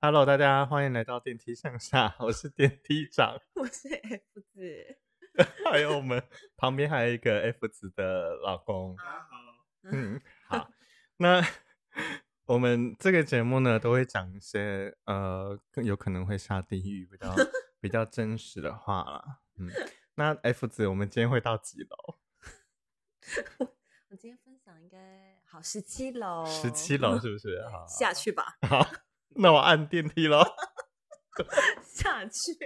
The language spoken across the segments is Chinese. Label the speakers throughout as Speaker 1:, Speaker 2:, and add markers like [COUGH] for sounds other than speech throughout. Speaker 1: Hello，大家欢迎来到电梯向下，我是电梯长。 [LAUGHS]
Speaker 2: 我是 F 字，
Speaker 1: 还有我们旁边还有一个 F 子的老公。
Speaker 2: 好
Speaker 1: 嗯，好。那我们这个节目呢，都会讲一些呃，更有可能会下地狱比
Speaker 2: [LAUGHS]
Speaker 1: 较比较真实的话啦。嗯，那 F 子，我们今天会到几楼？
Speaker 2: 我今天分享应该好十七楼，
Speaker 1: 十七楼是不是？好，
Speaker 2: 哦下去吧， [LAUGHS]
Speaker 1: 好，那我按电梯喽。
Speaker 2: 下去。 [LAUGHS]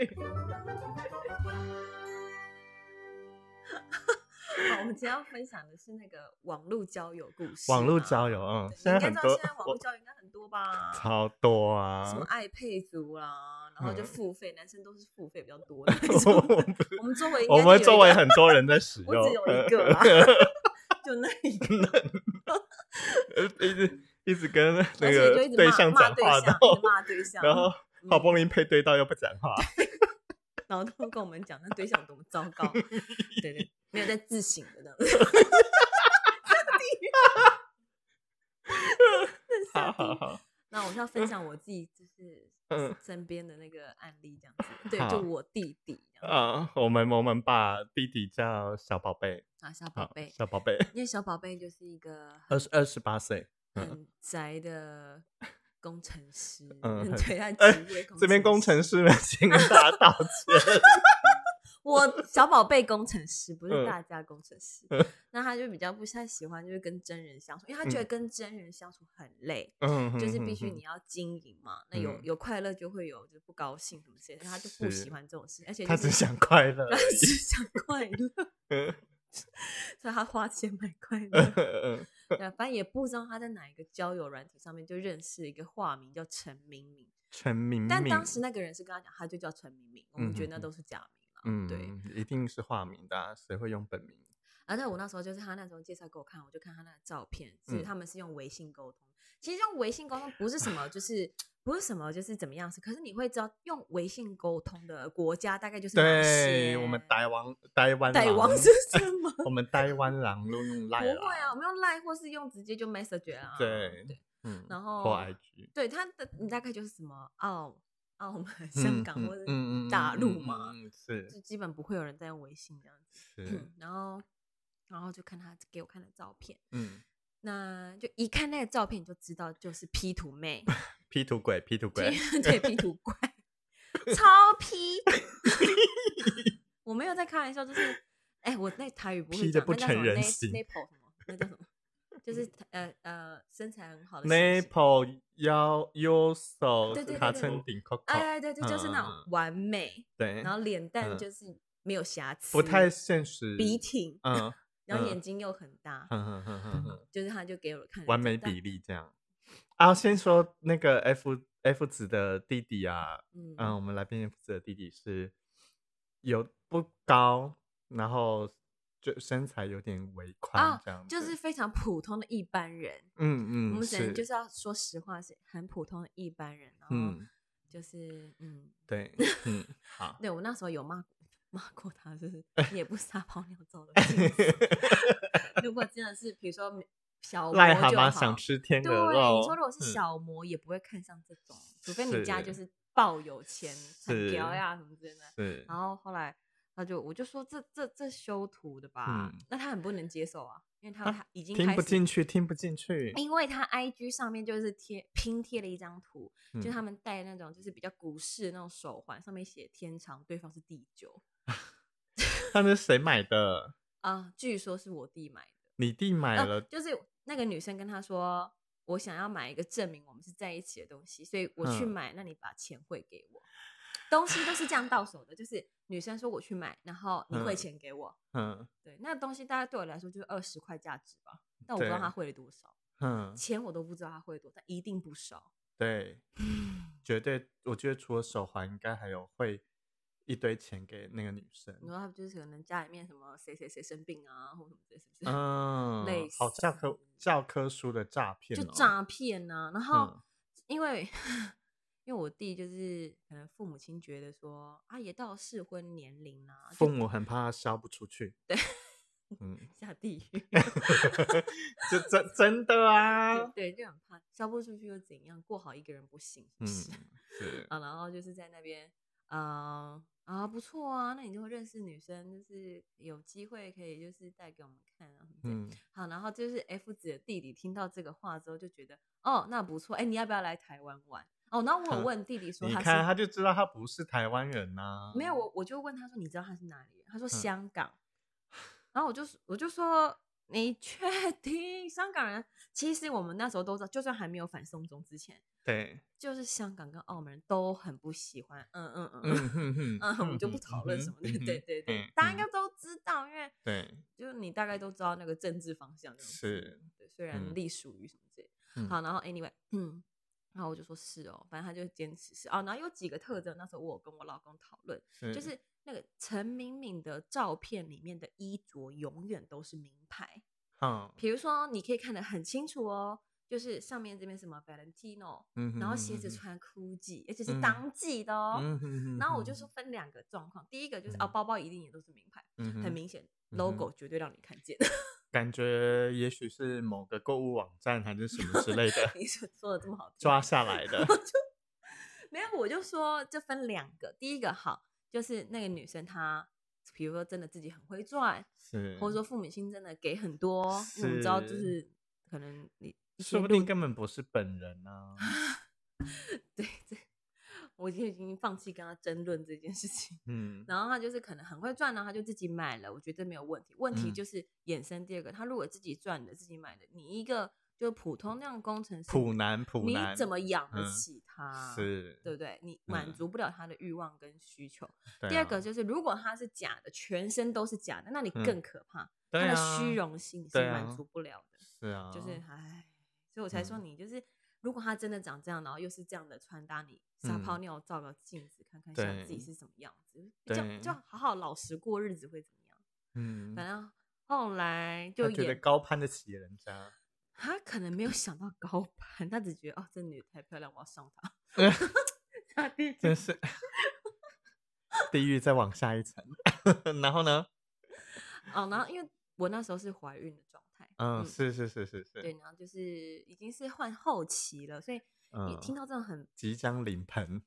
Speaker 2: 好，我们今天要分享的是那个网络交友故事嘛。
Speaker 1: 网络交友，嗯，
Speaker 2: 对，
Speaker 1: 现在
Speaker 2: 你
Speaker 1: 很
Speaker 2: 应该知
Speaker 1: 多
Speaker 2: 道现在网络交友应该很多吧？
Speaker 1: 超多啊，
Speaker 2: 啊什么爱配族啦，然后就
Speaker 1: 嗯
Speaker 2: 付费，男生都是付费比较多的那
Speaker 1: [LAUGHS] 我
Speaker 2: 种。
Speaker 1: 们不
Speaker 2: 我们周围应该
Speaker 1: 我
Speaker 2: 就有
Speaker 1: 们
Speaker 2: 一
Speaker 1: 周
Speaker 2: 个
Speaker 1: 围很多人在使用，
Speaker 2: 我只有一
Speaker 1: [LAUGHS]
Speaker 2: 个啦，就那一个。
Speaker 1: 一直一直跟那
Speaker 2: 而且
Speaker 1: 个
Speaker 2: 就一直
Speaker 1: 对
Speaker 2: 骂
Speaker 1: 象
Speaker 2: 骂
Speaker 1: 讲
Speaker 2: 对
Speaker 1: 话，然
Speaker 2: 象一直
Speaker 1: 后
Speaker 2: 骂对
Speaker 1: [LAUGHS]
Speaker 2: 象，
Speaker 1: 然后
Speaker 2: 嗯
Speaker 1: 好不容易配对到又不讲话，
Speaker 2: 然后都跟我们讲那对象有多么糟
Speaker 1: [LAUGHS]
Speaker 2: 糕，对对，没有在自省的呢。
Speaker 1: 好好好，
Speaker 2: [LAUGHS] 那我是要分享我自己就是
Speaker 1: [LAUGHS] 嗯
Speaker 2: 身边的那个案例这样子，对，就
Speaker 1: 好
Speaker 2: 我弟弟这样子
Speaker 1: 啊，我们我们把弟弟叫小宝贝，
Speaker 2: 啊，小宝
Speaker 1: 好
Speaker 2: 贝，
Speaker 1: 小宝贝，
Speaker 2: 因为小宝贝就是一个
Speaker 1: 二十二十八岁， [LAUGHS] 嗯
Speaker 2: 很宅的工程师，
Speaker 1: 嗯很
Speaker 2: 很 [LAUGHS] 对他
Speaker 1: 哎
Speaker 2: 职业
Speaker 1: 这边工
Speaker 2: 师
Speaker 1: 程师们先跟大家道歉， [LAUGHS]
Speaker 2: 我小宝贝工程师，不
Speaker 1: 嗯
Speaker 2: 是大家工程师。
Speaker 1: 嗯
Speaker 2: 那他就比较不太喜欢，就是跟真人相处，因为他觉得跟真人相处很累，
Speaker 1: 嗯，
Speaker 2: 就是必须
Speaker 1: 嗯
Speaker 2: 你要经营嘛。那有
Speaker 1: 嗯
Speaker 2: 有快乐就会有就不高兴什么之类的，他就不
Speaker 1: 是
Speaker 2: 喜欢这种事，而
Speaker 1: 嗯
Speaker 2: 且、就
Speaker 1: 他
Speaker 2: 是
Speaker 1: 只想快乐
Speaker 2: 他
Speaker 1: 而已，
Speaker 2: 只想快乐，
Speaker 1: 嗯
Speaker 2: 所以他花钱买快乐
Speaker 1: [LAUGHS] 嗯。嗯
Speaker 2: 对，啊反正也不知道他在哪一个交友软体上面就认识一个化名叫陈明明，
Speaker 1: 陈明
Speaker 2: 但
Speaker 1: 明，
Speaker 2: 当时那个人是跟他讲，他就叫陈明明，我们觉得
Speaker 1: 嗯
Speaker 2: 那都是假名啦。
Speaker 1: 嗯
Speaker 2: 对。，
Speaker 1: 一定是化名的啊，谁会用本名？
Speaker 2: 啊，但我那时候就是他那时候介绍给我看，我就看他那个照片，是
Speaker 1: 嗯
Speaker 2: 他们是用微信沟通。其实用微信沟通不是什么，就是不是什么，就是怎么样是，可是你会知道用微信沟通的国家大概就是哪
Speaker 1: 对
Speaker 2: 些
Speaker 1: 我们台湾台湾
Speaker 2: 逮王
Speaker 1: 狼
Speaker 2: 是
Speaker 1: [LAUGHS]
Speaker 2: 什么？ [LAUGHS]
Speaker 1: 我们台湾狼都用
Speaker 2: 不
Speaker 1: 赖啦，
Speaker 2: 会啊，我们用 Line 或是用直接就 Message 啊。
Speaker 1: 对
Speaker 2: 对
Speaker 1: 嗯，
Speaker 2: 然后
Speaker 1: 或 IG，
Speaker 2: 对，他的你大概就是什么澳澳门、香港
Speaker 1: 嗯
Speaker 2: 或者
Speaker 1: 嗯嗯嗯
Speaker 2: 大陆
Speaker 1: 嗯
Speaker 2: 嘛，嗯
Speaker 1: 嗯嗯是
Speaker 2: 就基本不会有人在用微信这样子。
Speaker 1: 是，
Speaker 2: 然后然后就看他给我看的照片。
Speaker 1: 嗯
Speaker 2: 那就一看那个照片你就知道，就是 P
Speaker 1: [LAUGHS]
Speaker 2: 图妹，
Speaker 1: ，P 图鬼，P 图鬼，
Speaker 2: [LAUGHS] 对 P 图怪，超 P。我没有在开玩笑，就是哎、我那台语不
Speaker 1: P
Speaker 2: 会
Speaker 1: 得
Speaker 2: 讲，
Speaker 1: 不
Speaker 2: 那叫
Speaker 1: 成
Speaker 2: 什么
Speaker 1: 人
Speaker 2: na-
Speaker 1: 形
Speaker 2: naple 什么，那叫什么？就是呃呃，身材很好的
Speaker 1: 那
Speaker 2: 型
Speaker 1: e 腰右手
Speaker 2: 对对对
Speaker 1: 卡
Speaker 2: 对
Speaker 1: 称顶 Coco，
Speaker 2: 哎对对，就是那
Speaker 1: 嗯嗯
Speaker 2: 种完美，
Speaker 1: 对
Speaker 2: 然，后脸蛋
Speaker 1: 嗯
Speaker 2: 就是没有瑕疵，
Speaker 1: 不太现实，
Speaker 2: 笔挺，
Speaker 1: 嗯，
Speaker 2: 然后
Speaker 1: 嗯
Speaker 2: 眼睛又很大，
Speaker 1: 哼哼哼哼
Speaker 2: [LAUGHS]
Speaker 1: 哼，
Speaker 2: 就是他就给我看了
Speaker 1: 完
Speaker 2: 这
Speaker 1: 美
Speaker 2: 张
Speaker 1: 比，例这样。啊，先说那个 F F 子的弟弟啊，
Speaker 2: 嗯
Speaker 1: 嗯，我们来宾 F 子的弟弟是有不高，然后就身材有点微宽
Speaker 2: 啊
Speaker 1: 这样子、
Speaker 2: 就是非常普通的一般人，
Speaker 1: 嗯嗯，
Speaker 2: 我们只能就是是要说实话，是很普通的一般人，然后
Speaker 1: 嗯
Speaker 2: 就是嗯， [LAUGHS]
Speaker 1: 对嗯好，
Speaker 2: 对我那时候有骂骂过他，
Speaker 1: [LAUGHS]
Speaker 2: 就是也不撒泡尿照的镜子。 [LAUGHS] 如果真的是比如说小魔
Speaker 1: 癞蛤
Speaker 2: 就
Speaker 1: 蟆
Speaker 2: 好，
Speaker 1: 想吃天
Speaker 2: 对，
Speaker 1: 鹅肉，
Speaker 2: 你说如果是
Speaker 1: 嗯
Speaker 2: 小魔也不会看上这种，除非你家就是是爆有钱、很
Speaker 1: 是
Speaker 2: 屌呀什么之类的。
Speaker 1: 是
Speaker 2: 然后后来他就我就说这这这修图的吧，
Speaker 1: 嗯
Speaker 2: 那他很不能接受啊，因为他
Speaker 1: 啊
Speaker 2: 他已经
Speaker 1: 听
Speaker 2: 开
Speaker 1: 不
Speaker 2: 始
Speaker 1: 进去，听不进去，
Speaker 2: 因为他 IG 上面就是贴拼贴了一张图，就
Speaker 1: 嗯
Speaker 2: 他们戴那种就是比较古式的那种手环，上面写天长，对方是地久
Speaker 1: 那是谁买的？
Speaker 2: 啊，据说是我弟买的，
Speaker 1: 你弟买
Speaker 2: 啊
Speaker 1: 了，
Speaker 2: 就是那个女生跟他说。我想要买一个证明我们是在一起的东西，所以我去
Speaker 1: 嗯
Speaker 2: 买，那你把钱汇给我。东西都是这样到手的，就是女生说我去买，然后你汇
Speaker 1: 嗯
Speaker 2: 钱给我。
Speaker 1: 嗯
Speaker 2: 对，那东西大概对我来说就是二十块价值吧，但我不知道
Speaker 1: 对
Speaker 2: 他汇了多少，
Speaker 1: 嗯，
Speaker 2: 钱我都不知道他汇了多少，但一定不少。 [LAUGHS]
Speaker 1: 对，绝对，我觉得除了手环，应该还有会一堆钱给那个女生，
Speaker 2: 你说他就是可能家里面什么谁谁谁生病啊，或什么之类，是不是？
Speaker 1: 嗯，
Speaker 2: 类
Speaker 1: 好教科
Speaker 2: 似
Speaker 1: 教科书的诈骗、
Speaker 2: 就
Speaker 1: 哦，
Speaker 2: 诈骗呐。然后、
Speaker 1: 嗯
Speaker 2: 因为 [LAUGHS] 因为我弟就是可能父母亲觉得说啊，也到适婚年龄啦、就
Speaker 1: 父母很怕他销不出去，对，嗯， [LAUGHS]
Speaker 2: 下地狱， [LAUGHS]
Speaker 1: 就真真的啊，
Speaker 2: 对，就很怕销不出去又怎样，过好一个人不行，是不
Speaker 1: 嗯
Speaker 2: 是？，
Speaker 1: 是
Speaker 2: [LAUGHS] 啊，然后就是在那边，嗯、啊，不错啊，那你就会认识女生，就是有机会可以就是带给我们看啊，什么之类
Speaker 1: 嗯，
Speaker 2: 好，然后就是 F 子的弟弟听到这个话之后就觉得，哦，那不错，哎，你要不要来台湾玩？哦，那我有问弟弟说
Speaker 1: 你
Speaker 2: 他
Speaker 1: 看
Speaker 2: 是
Speaker 1: 他就嗯知道他不是台湾人呐、
Speaker 2: 没有，我我就问他说你知道他是哪里人？他说香港，
Speaker 1: [LAUGHS]
Speaker 2: 然后我就我就说你确定 [LAUGHS] 香港人？其实我们那时候都知道，就算还没有反送中之前，
Speaker 1: 对，
Speaker 2: 就是香港跟澳门人都很不喜欢，嗯嗯嗯。嗯
Speaker 1: 嗯哼哼，
Speaker 2: 嗯，我们就不
Speaker 1: 嗯哼嗯
Speaker 2: 讨论什么的，对嗯对对，大家应该都知道，因为
Speaker 1: 对，
Speaker 2: 就是你大概都知道那个政治方向这样子
Speaker 1: 是，
Speaker 2: 对，虽
Speaker 1: 嗯
Speaker 2: 然隶属于什么之类的。
Speaker 1: 嗯
Speaker 2: 好，然后 anyway，嗯，然后我就说是哦，反正他就坚持是哦。然后有几个特征，那时候我有跟我老公讨论，
Speaker 1: 是
Speaker 2: 就是那个陈敏敏的照片里面的衣着永远都是名牌，
Speaker 1: 嗯
Speaker 2: 比如说你可以看得很清楚哦，就是上面这边什么 Valentino，
Speaker 1: 嗯哼，
Speaker 2: 然后鞋子
Speaker 1: 嗯哼，
Speaker 2: 穿 Gucci，而且是
Speaker 1: 嗯
Speaker 2: 当季的哦。
Speaker 1: 嗯哼哼
Speaker 2: 然后我就
Speaker 1: 哼
Speaker 2: 说，分两个状况，第一个就是哦，
Speaker 1: 嗯
Speaker 2: 包包一定也都是名牌，
Speaker 1: 嗯
Speaker 2: 很
Speaker 1: 哼，
Speaker 2: 明显
Speaker 1: 嗯哼
Speaker 2: ，logo 绝对让你看见。
Speaker 1: 感觉也许是某个购物网站还是什么之类
Speaker 2: [LAUGHS]
Speaker 1: 的
Speaker 2: [LAUGHS] 你说说的这么好听，
Speaker 1: 抓下来的，
Speaker 2: 没有，我就说这分两个，第一个好就是那个女生她，比如说真的自己很会赚，
Speaker 1: 是，
Speaker 2: 或者说父母亲真的给很多，因为我们知道就是可能你啊一些
Speaker 1: 说不定根本不是本人啊呢、
Speaker 2: 对对，我已经已经放弃跟她争论这件事情。
Speaker 1: 嗯，
Speaker 2: 然后她就是可能很会赚，然后她就自己买了，我觉得没有问题。问题
Speaker 1: 嗯
Speaker 2: 就是衍生第二个，她如果自己赚的、自己买的，你一个就普通那样工程师，
Speaker 1: 普男普
Speaker 2: 你
Speaker 1: 男
Speaker 2: 怎么养得
Speaker 1: 嗯
Speaker 2: 起她？
Speaker 1: 是？
Speaker 2: 对不对？你满
Speaker 1: 嗯
Speaker 2: 足不了她的欲望跟需求。
Speaker 1: 对
Speaker 2: 第二
Speaker 1: 啊
Speaker 2: 个就是，如果它是假的，全身都是假的，那你
Speaker 1: 嗯
Speaker 2: 更可怕，它
Speaker 1: 对
Speaker 2: 的
Speaker 1: 啊
Speaker 2: 虚荣心你是
Speaker 1: 对
Speaker 2: 满
Speaker 1: 啊
Speaker 2: 足不了的。
Speaker 1: 是啊，
Speaker 2: 就是唉，所以我才说
Speaker 1: 嗯
Speaker 2: 你就是，如果他真的长这样，然后又是这样的穿搭，你撒泡
Speaker 1: 嗯
Speaker 2: 尿照个镜子看看，想自己
Speaker 1: 对
Speaker 2: 是什么样子，就这样就
Speaker 1: 对
Speaker 2: 好好老实过日子会怎么样？
Speaker 1: 嗯，
Speaker 2: 反正后来
Speaker 1: 他
Speaker 2: 就
Speaker 1: 觉得
Speaker 2: 演。
Speaker 1: 高攀得起人家，
Speaker 2: 他可能没有想到高攀，他只觉得哦，这女的太漂亮，我要
Speaker 1: [LAUGHS]
Speaker 2: 上她。 [LAUGHS] 他第一
Speaker 1: 真
Speaker 2: [LAUGHS]
Speaker 1: 是地狱再往下一层。然后呢？
Speaker 2: 哦，然后因为我那时候是怀孕的状态，
Speaker 1: 嗯，是是是是是，
Speaker 2: 对，然后就是已经是换后期了，所以你听嗯
Speaker 1: 嗯
Speaker 2: 到这种很、
Speaker 1: 即将临盆，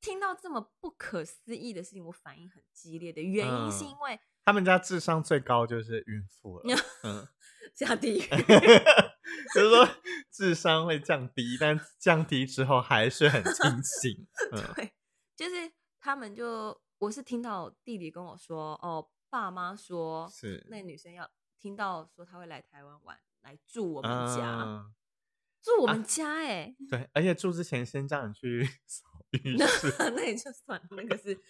Speaker 2: 听到这么不可思议的事情，我反应很激烈的原因是
Speaker 1: 嗯
Speaker 2: 因为
Speaker 1: 他们家智商最高就是孕妇
Speaker 2: [LAUGHS]
Speaker 1: 了。嗯， [LAUGHS]
Speaker 2: 下地狱，
Speaker 1: 就是说智商会降低，但降低之后还是很清醒。嗯
Speaker 2: 对，就是他们就我是听到弟弟跟我说，哦，爸妈说
Speaker 1: 是
Speaker 2: 哦那女生要听到说她会来台湾玩，来住我
Speaker 1: 我
Speaker 2: 们家，
Speaker 1: 啊
Speaker 2: 住我们家、欸，
Speaker 1: 对，而且住之前先叫你去 [LAUGHS] 扫浴
Speaker 2: [LAUGHS]
Speaker 1: 室，
Speaker 2: 那也就算了，那个是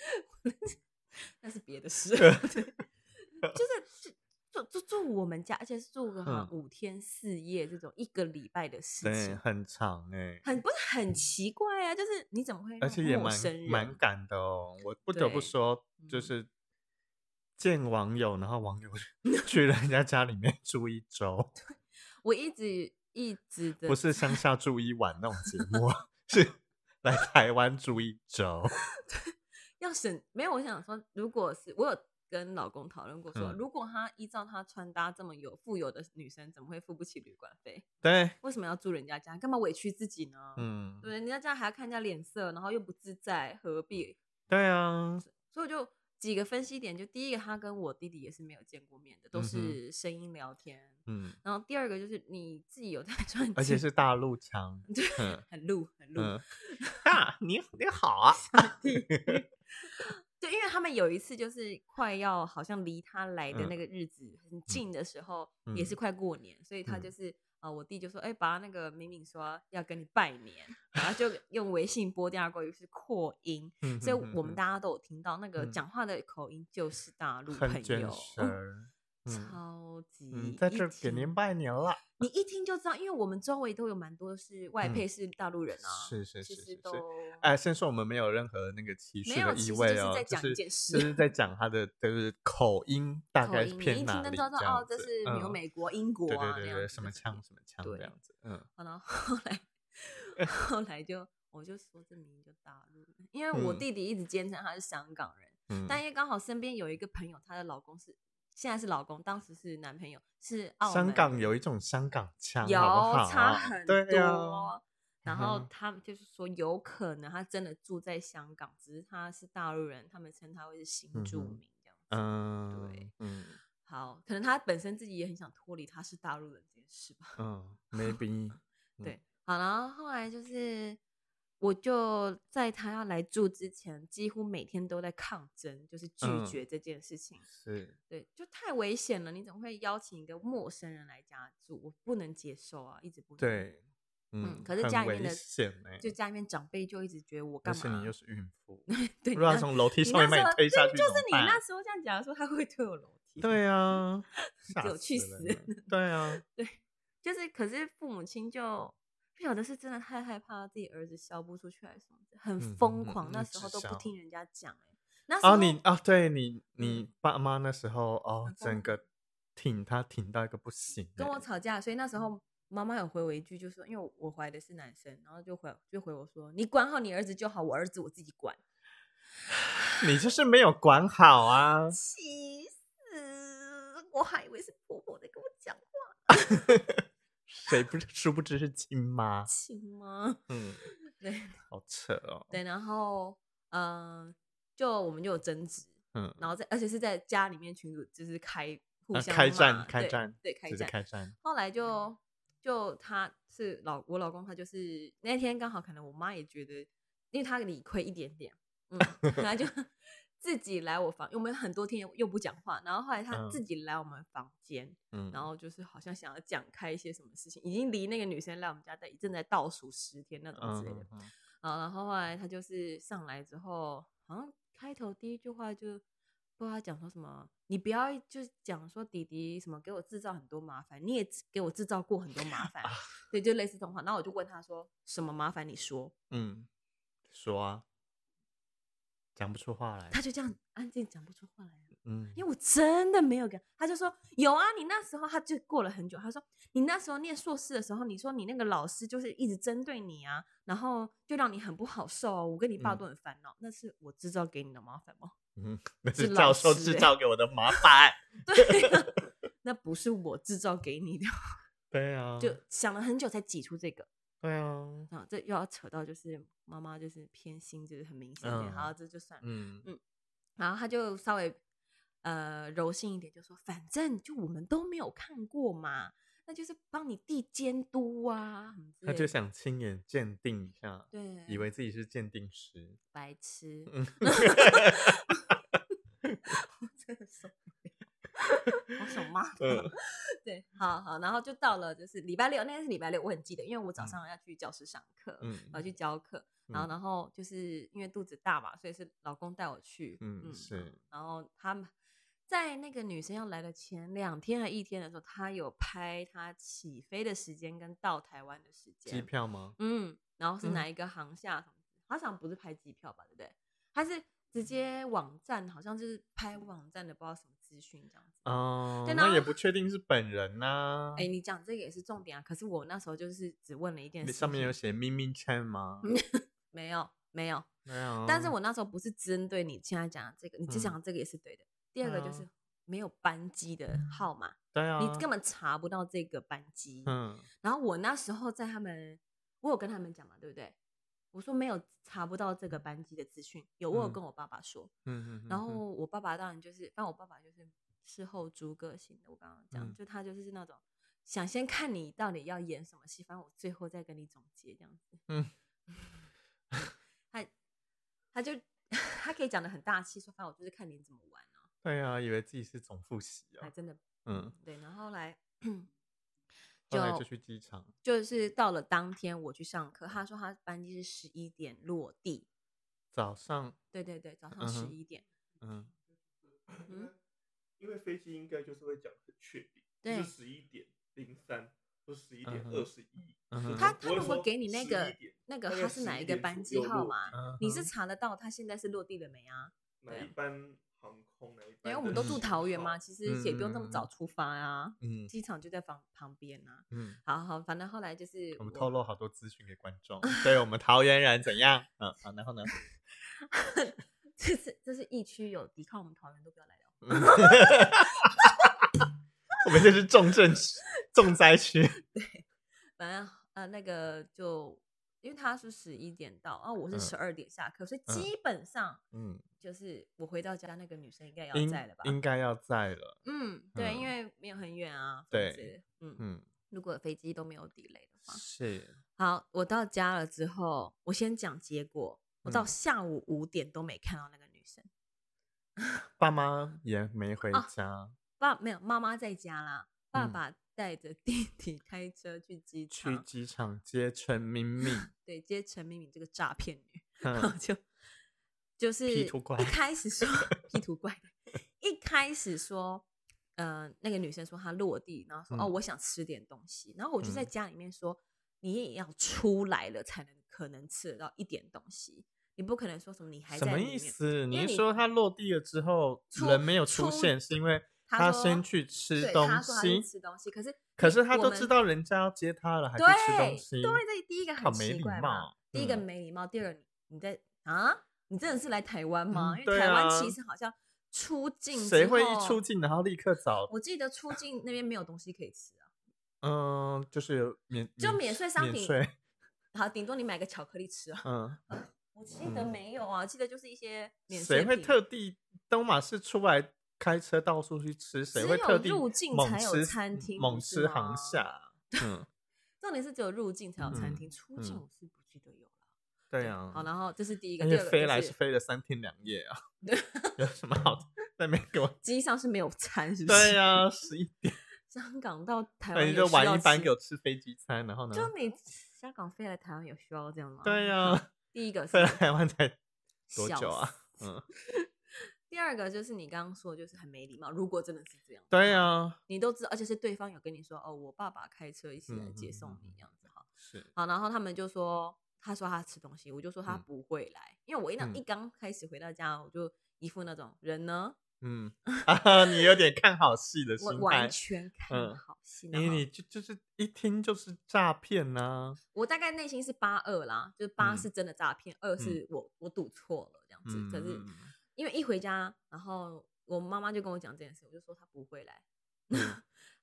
Speaker 2: 那是别
Speaker 1: [LAUGHS]
Speaker 2: 的事，
Speaker 1: 对
Speaker 2: 对，就是住住住我们家，而且是住个好像
Speaker 1: 嗯
Speaker 2: 五天四夜这种一个礼拜的事
Speaker 1: 对，
Speaker 2: 情，
Speaker 1: 很长哎、
Speaker 2: 很不是很奇怪啊？就是你怎么会
Speaker 1: 而
Speaker 2: 让
Speaker 1: 且也
Speaker 2: 陌
Speaker 1: 蛮
Speaker 2: 生
Speaker 1: 蛮
Speaker 2: 人
Speaker 1: 赶的哦。我不得不
Speaker 2: 对
Speaker 1: 说，就
Speaker 2: 嗯
Speaker 1: 是见网友，然后网友 [LAUGHS] 去人家家里面住一周，
Speaker 2: [LAUGHS] 我一直一直的
Speaker 1: 不是乡下住一晚那种节目， [LAUGHS] 是来台湾住一周。
Speaker 2: 要省，没有我想说，如果是我有跟老公讨论过说，
Speaker 1: 嗯
Speaker 2: 如果他依照他穿搭这么有富有的女生，怎么会付不起旅馆费？
Speaker 1: 对，
Speaker 2: 为什么要住人家家？干嘛委屈自己呢？
Speaker 1: 嗯，
Speaker 2: 对，人家家还要看人家脸色，然后又不自在，何必？
Speaker 1: 对啊，
Speaker 2: 所以我就几个分析点，就第一个，他跟我弟弟也是没有见过面的，都
Speaker 1: 嗯哼
Speaker 2: 是声音聊天。
Speaker 1: 嗯，
Speaker 2: 然后第二个就是你自己有在赚
Speaker 1: 而且
Speaker 2: 钱，
Speaker 1: 是大陆腔，
Speaker 2: [LAUGHS] 对
Speaker 1: 嗯
Speaker 2: 很露很露。
Speaker 1: 嗯， [LAUGHS] 啊，你你好啊，
Speaker 2: 对，因为他们有一次就是快要好像离他来的
Speaker 1: 嗯
Speaker 2: 那个日子很近的时候，
Speaker 1: 嗯
Speaker 2: 也是快过年，所以他
Speaker 1: 嗯
Speaker 2: 就是。啊、我弟就说：“哎、把那个敏敏说要跟你拜年，然后就用微信拨电话过去，是扩音，
Speaker 1: 嗯
Speaker 2: 所以
Speaker 1: 哼哼
Speaker 2: 我们
Speaker 1: 哼
Speaker 2: 大家都有听到那个
Speaker 1: 嗯
Speaker 2: 讲话的口音就是大陆朋
Speaker 1: 很卷
Speaker 2: 友，
Speaker 1: 舌儿，嗯
Speaker 2: 超级、
Speaker 1: 嗯，在这儿给您，拜年了，
Speaker 2: 你一听就知道，因为我们周围都有蛮多是外
Speaker 1: 嗯
Speaker 2: 配是大陆人啊，
Speaker 1: 是是
Speaker 2: 其
Speaker 1: 是
Speaker 2: 实
Speaker 1: 是
Speaker 2: 都
Speaker 1: 是。哎，先说我们没有任何那个歧
Speaker 2: 没
Speaker 1: 视
Speaker 2: 有
Speaker 1: 的
Speaker 2: 其
Speaker 1: 意
Speaker 2: 实
Speaker 1: 味
Speaker 2: 就是
Speaker 1: 哦
Speaker 2: 在，讲一
Speaker 1: 是
Speaker 2: 件
Speaker 1: 就
Speaker 2: 事
Speaker 1: 是在讲他的就是口
Speaker 2: [LAUGHS]
Speaker 1: 音大
Speaker 2: 口
Speaker 1: 概
Speaker 2: 音，你
Speaker 1: 偏
Speaker 2: 一
Speaker 1: 哪
Speaker 2: 听就
Speaker 1: 里
Speaker 2: 知道
Speaker 1: 这
Speaker 2: 哦
Speaker 1: 样，
Speaker 2: 这
Speaker 1: 子
Speaker 2: 是比如
Speaker 1: 嗯
Speaker 2: 美国、英国
Speaker 1: 对
Speaker 2: 啊
Speaker 1: 对
Speaker 2: 那
Speaker 1: 对
Speaker 2: 样
Speaker 1: 对，
Speaker 2: 子
Speaker 1: 什
Speaker 2: 的
Speaker 1: 么
Speaker 2: 感觉
Speaker 1: 腔什么腔
Speaker 2: 对
Speaker 1: 这样子，嗯
Speaker 2: 好然后后来后来就我就说这名就大陆人，因为我
Speaker 1: 嗯
Speaker 2: 弟弟一直坚称他是香港人，
Speaker 1: 嗯，
Speaker 2: 但因为刚好身边有一个朋友，她的老公是现在是老公，当时是男朋友是澳
Speaker 1: 香
Speaker 2: 门
Speaker 1: 港
Speaker 2: 人
Speaker 1: 有一种香港腔，
Speaker 2: 有
Speaker 1: 好不好啊
Speaker 2: 差很多，
Speaker 1: 对呀，
Speaker 2: 然后
Speaker 1: 嗯
Speaker 2: 他们就是说，有可能他真的住在香港，只是他是大陆人，他们称他为是新住
Speaker 1: 嗯哼
Speaker 2: 民这样子。
Speaker 1: 嗯，
Speaker 2: 对
Speaker 1: 嗯
Speaker 2: 好，可能他本身自己也很想脱离他是大陆人这件事吧。 [LAUGHS]
Speaker 1: 嗯，maybe，嗯
Speaker 2: 对，好，然后后来就是，我就在他要来住之前，几乎每天都在抗争，就是拒
Speaker 1: 嗯
Speaker 2: 绝这件事情。
Speaker 1: 是，
Speaker 2: 对，就太危险了，你怎么会邀请一个陌生人来家住？我不能接受啊，一直不能。，
Speaker 1: 对，
Speaker 2: 嗯，可是
Speaker 1: 很
Speaker 2: 家里
Speaker 1: 危
Speaker 2: 面的
Speaker 1: 险欸
Speaker 2: 就家里面长辈就一直觉得我
Speaker 1: 而
Speaker 2: 干
Speaker 1: 且
Speaker 2: 嘛？
Speaker 1: 你又是孕妇，
Speaker 2: [LAUGHS] 对，
Speaker 1: 如果他
Speaker 2: 你那
Speaker 1: 从楼梯
Speaker 2: 你
Speaker 1: 上面把
Speaker 2: 那时候
Speaker 1: 推下
Speaker 2: 对
Speaker 1: 去，
Speaker 2: 就是
Speaker 1: 怎么
Speaker 2: 你
Speaker 1: 办啊
Speaker 2: 那时候这样讲的时候，他会推我楼梯。
Speaker 1: 对啊，吓
Speaker 2: 有去
Speaker 1: 死
Speaker 2: 死
Speaker 1: 人
Speaker 2: [LAUGHS]
Speaker 1: 了！对啊，
Speaker 2: 就是可是父母亲就不晓得是真的太害怕自己儿子销不出去还是什么的，很
Speaker 1: 嗯
Speaker 2: 疯
Speaker 1: 嗯嗯
Speaker 2: 狂，那
Speaker 1: 嗯
Speaker 2: 时
Speaker 1: 直
Speaker 2: 候都不
Speaker 1: 销
Speaker 2: 听人家讲哎、那时候、
Speaker 1: 哦，你啊，对你
Speaker 2: 嗯
Speaker 1: 你爸妈那时候哦
Speaker 2: 很，疯
Speaker 1: 整个挺他挺到一个不行欸，
Speaker 2: 嗯跟我吵架，所以那时候妈妈有回我一句，就说因为我我怀的是男生，然后就回就回我说你管好你儿子就好，我儿子我自己管，，
Speaker 1: 你就是没有管好啊 [LAUGHS]
Speaker 2: 气死！我还以为是婆婆在跟我讲话，
Speaker 1: 谁不殊不知是亲妈，
Speaker 2: 亲吗？
Speaker 1: 嗯，
Speaker 2: 对
Speaker 1: 好扯哦，
Speaker 2: 对，然后嗯、呃就我们就有争执，
Speaker 1: 嗯，
Speaker 2: 然后在而且是在家里面群组就是开互
Speaker 1: 啊
Speaker 2: 相、
Speaker 1: 开战开战
Speaker 2: 对开
Speaker 1: 只是
Speaker 2: 战，
Speaker 1: 开嗯战，
Speaker 2: 后来就就他是老我老公，他就是那天刚好可能我妈也觉得，因为他理亏一点点，
Speaker 1: [LAUGHS]
Speaker 2: 嗯，他就 [LAUGHS] 自己来我房，因为我们很多天又又不讲话，然后后来他
Speaker 1: 嗯
Speaker 2: 自己来我们房间，
Speaker 1: 嗯，
Speaker 2: 然后就是好像想要讲开一些什么事情，已经离那个女生来我们家在正在倒数十天那种之类的，
Speaker 1: 嗯，嗯
Speaker 2: 啊，然后后来他就是上来之后，好像开头第一句话就不知道他讲说什么，你不要就是讲说弟弟什么给我制造很多麻烦，你也制给我制造过很多麻烦，对，就类似这种话。然后我就问他说什么麻烦？你说，
Speaker 1: 嗯，说啊，讲不出话来，
Speaker 2: 他就这样安静讲不出话来啊。
Speaker 1: 嗯，
Speaker 2: 因为我真的没有给他，他就说有啊，你那时候他就过了很久，他说你那时候念硕士的时候，你说你那个老师就是一直针对你啊，然后就让你很不好受哦，我跟你爸
Speaker 1: 嗯
Speaker 2: 都很烦恼，那是我制造给你的麻烦吗？
Speaker 1: 嗯，那
Speaker 2: 是
Speaker 1: 是教
Speaker 2: 老
Speaker 1: 授
Speaker 2: 师
Speaker 1: 制
Speaker 2: 欸
Speaker 1: 造给我的麻烦，
Speaker 2: [LAUGHS] 对、啊，那不是我制造给你的，
Speaker 1: 对啊，
Speaker 2: 就想了很久才挤出这个
Speaker 1: 对啊，
Speaker 2: 啊，这又要扯到就是妈妈就是偏心，就是很明显一
Speaker 1: 嗯
Speaker 2: 点，好，这就算了。
Speaker 1: 嗯，
Speaker 2: 然后他就稍微呃柔性一点，就说反正就我们都没有看过嘛，那就是帮你弟监督啊，什么之
Speaker 1: 他
Speaker 2: 类
Speaker 1: 就
Speaker 2: 的
Speaker 1: 想亲眼鉴定一下，
Speaker 2: 对
Speaker 1: 以为自己是鉴定师，
Speaker 2: 白痴，
Speaker 1: 嗯
Speaker 2: [LAUGHS] 我真的受不了，好想骂他。
Speaker 1: 嗯
Speaker 2: 对，好好，然后就到了就是礼拜六，那天是礼拜六，我很记得，因为我早
Speaker 1: 嗯
Speaker 2: 上要去教室上课，我要
Speaker 1: 嗯
Speaker 2: 呃去教课，然后然后就是因为肚子大嘛，所以是老公带我去，
Speaker 1: 嗯，是，
Speaker 2: 然后他们在那个女生要来的前两天还一天的时候，他有拍他起飞的时间跟到台湾的时
Speaker 1: 机
Speaker 2: 间，
Speaker 1: 票吗？
Speaker 2: 嗯，然后是哪
Speaker 1: 嗯
Speaker 2: 一个航厦什么的？好像不是拍机票吧，对不对？他是直接网站，好像就是拍网站的，不知道什么资讯这样子。
Speaker 1: 哦，
Speaker 2: 对然
Speaker 1: 那也
Speaker 2: 后
Speaker 1: 不确定是本人呐
Speaker 2: 哎、。你讲这个也是重点啊。可是我那时候就是只问了一件
Speaker 1: 你
Speaker 2: 事情，
Speaker 1: 上面有写咪咪 chan 吗？啊
Speaker 2: 没有没有？
Speaker 1: 没有。
Speaker 2: 但是我那时候不是针对你现在讲的这个，你只
Speaker 1: 哦嗯
Speaker 2: 讲的这个也是对的。第二个就
Speaker 1: 啊
Speaker 2: 是没有班机的号码，
Speaker 1: 对啊，
Speaker 2: 你根本查不到这个班机。
Speaker 1: 嗯
Speaker 2: 然后我那时候在他们，我有跟他们讲嘛，对不对？我说没有查不到这个班机的资讯，有我有
Speaker 1: 嗯
Speaker 2: 跟我爸爸说，
Speaker 1: 嗯嗯，
Speaker 2: 然
Speaker 1: 嗯
Speaker 2: 后我爸爸当然就是，但我爸爸就是事后诸葛型的，我刚刚讲，
Speaker 1: 嗯
Speaker 2: 就他就是那种想先看你到底要演什么戏，反正我最后再跟你总结这样子。
Speaker 1: 嗯，
Speaker 2: [LAUGHS] 他他就他可以讲的很大气，说反正我就是看你怎么玩啊，
Speaker 1: 对啊，以为自己是总复习
Speaker 2: 还
Speaker 1: 啊，
Speaker 2: 真的
Speaker 1: 嗯，
Speaker 2: 对，然后来
Speaker 1: 后来
Speaker 2: 就
Speaker 1: 就去机场，
Speaker 2: 就是到了当天我去上课，他说他班机是十一点落地，
Speaker 1: 早上，
Speaker 2: 对对对，早上
Speaker 1: 嗯
Speaker 2: 十
Speaker 1: 哼
Speaker 2: 一点，
Speaker 1: 嗯，
Speaker 2: 嗯
Speaker 3: 因为飞机应该就是会讲很确定，
Speaker 2: 对
Speaker 3: 就是十一点零三或十一点
Speaker 1: 嗯哼
Speaker 3: 二十一。
Speaker 1: 嗯哼
Speaker 2: 他
Speaker 3: 不
Speaker 2: 他
Speaker 3: 会
Speaker 2: 如果
Speaker 3: 说
Speaker 2: 给你那个
Speaker 3: 11点
Speaker 2: 那个
Speaker 3: 大概
Speaker 2: 他是哪
Speaker 3: 11
Speaker 2: 一个
Speaker 3: 点
Speaker 2: 班
Speaker 3: 左
Speaker 2: 机
Speaker 3: 右
Speaker 2: 号
Speaker 3: 落
Speaker 2: 码
Speaker 3: 地，
Speaker 2: 你是
Speaker 1: 嗯哼
Speaker 2: 查得到他现在是落地了没啊？
Speaker 3: 哪一班航空哪一
Speaker 2: 因
Speaker 3: 班？
Speaker 2: 为我们都住
Speaker 1: 嗯
Speaker 2: 桃园嘛，，其实也不用那么早
Speaker 1: 嗯
Speaker 2: 出发啊，
Speaker 1: 嗯
Speaker 2: 机场就在旁旁边啊。
Speaker 1: 嗯，
Speaker 2: 好好，反正后来就是
Speaker 1: 我们透露好多资讯给观众，对我们桃园人怎样？嗯，好，然后呢？
Speaker 2: [LAUGHS]
Speaker 1: [LAUGHS]
Speaker 2: 这是这是疫区有抵抗我们桃园都不要来了。
Speaker 1: 嗯我们这是重症区重灾区。
Speaker 2: 反正呃那个就因为他是十一点到，啊，我是
Speaker 1: 嗯
Speaker 2: 十二点下课，所以
Speaker 1: 嗯
Speaker 2: 基本上
Speaker 1: [LAUGHS] 嗯，
Speaker 2: 就是我回到家，那个女生应该也要
Speaker 1: 应
Speaker 2: 在了吧？
Speaker 1: 应该要在了，
Speaker 2: 嗯，对，因
Speaker 1: 嗯
Speaker 2: 为没有很远啊。
Speaker 1: 对
Speaker 2: 飞机，嗯，
Speaker 1: 嗯，
Speaker 2: 如果飞机都没有 delay 的话，
Speaker 1: 是，
Speaker 2: 好，我到家了之后，我先讲结果，我到
Speaker 1: 嗯
Speaker 2: 下午五点都没看到那个女生，
Speaker 1: 爸妈也没回
Speaker 2: 啊
Speaker 1: 家，
Speaker 2: 爸没有，妈妈在家啦，爸
Speaker 1: 嗯
Speaker 2: 爸带着弟弟开车去机
Speaker 1: 去
Speaker 2: 场，
Speaker 1: 机场接陈明敏，
Speaker 2: [LAUGHS] 对，接陈敏敏这个诈骗女。然后
Speaker 1: 嗯
Speaker 2: [LAUGHS] 就就是
Speaker 1: 屁图怪
Speaker 2: 一开始
Speaker 1: [LAUGHS]
Speaker 2: 说 P 图怪，一开始说，呃，那个女生说她落地，然后说、哦，
Speaker 1: 嗯
Speaker 2: 我想吃点东西，然后我就在
Speaker 1: 嗯
Speaker 2: 家里面说，你也要出来了才能可能吃得到一点东西，你不可能说什么你还
Speaker 1: 什
Speaker 2: 在
Speaker 1: 么
Speaker 2: 里
Speaker 1: 意
Speaker 2: 面。
Speaker 1: 思？
Speaker 2: 为
Speaker 1: 你
Speaker 2: 你
Speaker 1: 是说他落地了之后
Speaker 2: 出
Speaker 1: 人没有
Speaker 2: 出
Speaker 1: 出现，是因为
Speaker 2: 他
Speaker 1: 他
Speaker 2: 说
Speaker 1: 先去吃
Speaker 2: 对，
Speaker 1: 东
Speaker 2: 他说他去
Speaker 1: 西？
Speaker 2: 吃东西，可是
Speaker 1: 可
Speaker 2: 你
Speaker 1: 是他
Speaker 2: 我
Speaker 1: 都
Speaker 2: 们
Speaker 1: 知道人家要接他了，还去
Speaker 2: 对
Speaker 1: 吃东西？
Speaker 2: 对，这第一个
Speaker 1: 好
Speaker 2: 很
Speaker 1: 没
Speaker 2: 奇
Speaker 1: 礼
Speaker 2: 怪嘛
Speaker 1: 貌。
Speaker 2: 第一个
Speaker 1: 嗯
Speaker 2: 没礼貌，第二个你你在啊，你真的是来台湾吗？
Speaker 1: 嗯
Speaker 2: 因为
Speaker 1: 对
Speaker 2: 台湾
Speaker 1: 啊
Speaker 2: 其实好像出境之
Speaker 1: 谁会一
Speaker 2: 后
Speaker 1: 出境然后立刻找？
Speaker 2: 我记得出境那边没有东西可以吃啊，
Speaker 1: 嗯，就是有免
Speaker 2: 就免税商
Speaker 1: 免
Speaker 2: 品
Speaker 1: 税，
Speaker 2: 啊好，顶多你买个巧克力吃啊。
Speaker 1: 嗯，
Speaker 2: 我记得
Speaker 1: 嗯
Speaker 2: 没有啊，记得就是一些免税
Speaker 1: 谁
Speaker 2: 品。
Speaker 1: 会特地东马是出来开车到处去吃？谁
Speaker 2: 只
Speaker 1: 会特
Speaker 2: 有
Speaker 1: 地
Speaker 2: 入境
Speaker 1: 猛
Speaker 2: 才有
Speaker 1: 吃
Speaker 2: 餐厅
Speaker 1: 猛
Speaker 2: 不是
Speaker 1: 吃
Speaker 2: 吗
Speaker 1: 航厦？
Speaker 2: [LAUGHS]
Speaker 1: 嗯，
Speaker 2: 重点是只有入境才有餐
Speaker 1: 嗯
Speaker 2: 厅，出境
Speaker 1: 嗯
Speaker 2: 我是不记得有了。
Speaker 1: 对啊。
Speaker 2: 好，然后这是第一个，
Speaker 1: 而
Speaker 2: 第
Speaker 1: 且
Speaker 2: 二个
Speaker 1: 飞
Speaker 2: 就
Speaker 1: 来
Speaker 2: 是
Speaker 1: 是飞了三天两夜
Speaker 2: [LAUGHS]
Speaker 1: 啊，有什么好在那边给 [LAUGHS] 我？
Speaker 2: 机上是没有餐，是不是？
Speaker 1: 对呀、啊，十一点，
Speaker 2: 香港到
Speaker 1: 那
Speaker 2: 台湾
Speaker 1: 你
Speaker 2: 有
Speaker 1: 就
Speaker 2: 需
Speaker 1: 晚
Speaker 2: 要
Speaker 1: 一班
Speaker 2: 吃
Speaker 1: 给我吃飞机餐，然后呢？
Speaker 2: 就你香港飞来台湾有需要这样吗？
Speaker 1: 对呀、啊
Speaker 2: 好 [LAUGHS]
Speaker 1: [LAUGHS]
Speaker 2: 第一个
Speaker 1: 飞来
Speaker 2: 是
Speaker 1: 台湾
Speaker 2: [LAUGHS]
Speaker 1: 才多
Speaker 2: 笑
Speaker 1: 久啊
Speaker 2: 死？
Speaker 1: 嗯，
Speaker 2: 第二个就是你刚刚说，就是很没礼貌。如果真的是这样，
Speaker 1: [LAUGHS] 对呀、啊，
Speaker 2: 你都知道，而且是对方有跟你说，哦，我爸爸开车一起来
Speaker 1: 嗯
Speaker 2: 接
Speaker 1: 嗯
Speaker 2: 送
Speaker 1: 嗯
Speaker 2: 你
Speaker 1: 嗯
Speaker 2: 这样子哈。
Speaker 1: [LAUGHS] 是，
Speaker 2: 好，然后他们就说，他说他吃东西，我就说他
Speaker 1: 嗯
Speaker 2: 不会来，因为我一到
Speaker 1: 嗯
Speaker 2: 一刚开始回到家，我就一副那种人呢，
Speaker 1: 嗯， [LAUGHS] 啊，你有点看好戏的心
Speaker 2: 我
Speaker 1: 态
Speaker 2: 完，全看
Speaker 1: 嗯
Speaker 2: 好戏。然
Speaker 1: 你
Speaker 2: 后
Speaker 1: 你就就是一听就是诈骗啊呐、
Speaker 2: 我大概内心是八二啦，就是八
Speaker 1: 嗯
Speaker 2: 是真的诈骗，二是我我赌错了这样子。
Speaker 1: 嗯，
Speaker 2: 可是
Speaker 1: 嗯
Speaker 2: 因为一回家，然后我妈妈就跟我讲这件事，我就说她不会来，
Speaker 1: 嗯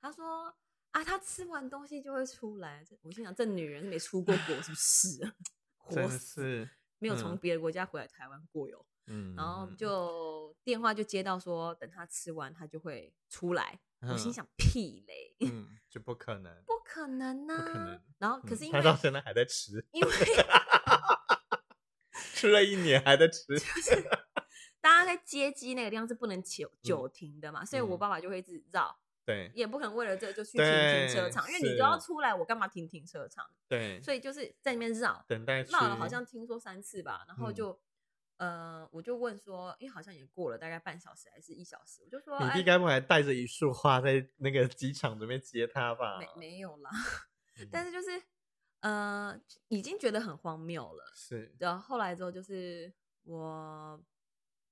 Speaker 2: 她说啊，她吃完东西就会出来。这我心想，这女人没出过国是不是啊？ [LAUGHS] 活
Speaker 1: 真
Speaker 2: 死，
Speaker 1: 是，
Speaker 2: 没有从
Speaker 1: 嗯
Speaker 2: 别的国家回来台湾过哟。
Speaker 1: 嗯，
Speaker 2: 然后就电话就接到说，等她吃完她就会出来。我心
Speaker 1: 嗯
Speaker 2: 想屁嘞，
Speaker 1: 嗯，就不可能，
Speaker 2: 不可能呐、
Speaker 1: 不可能
Speaker 2: 然 [LAUGHS] 后可
Speaker 1: 嗯
Speaker 2: 是因为
Speaker 1: 他到现在还在吃，
Speaker 2: 因为。 [LAUGHS]
Speaker 1: 吃了一年还在
Speaker 2: [LAUGHS]
Speaker 1: 吃，
Speaker 2: 大家在接机那个地方是不能久久停的嘛，所以我
Speaker 1: 嗯
Speaker 2: 爸爸就会一直绕，
Speaker 1: 对
Speaker 2: 也不可能为了这个就去停停车
Speaker 1: 对
Speaker 2: 场，因为你都要
Speaker 1: 是哦
Speaker 2: 出来，我干嘛停停车场？
Speaker 1: 对，
Speaker 2: 所以就是在那边绕，
Speaker 1: 等待区
Speaker 2: 绕了好像听说三次吧，然后
Speaker 1: 嗯
Speaker 2: 就、呃，我就问说，因为好像也过了大概半小时还是一小时，我就说，
Speaker 1: 你
Speaker 2: 哎
Speaker 1: 弟，该不会还带着一束花在那个机场准备接他吧？
Speaker 2: 没没有啦，
Speaker 1: 嗯，
Speaker 2: 但是就是呃，已经觉得很荒谬了。
Speaker 1: 是
Speaker 2: 然后后来之后就是我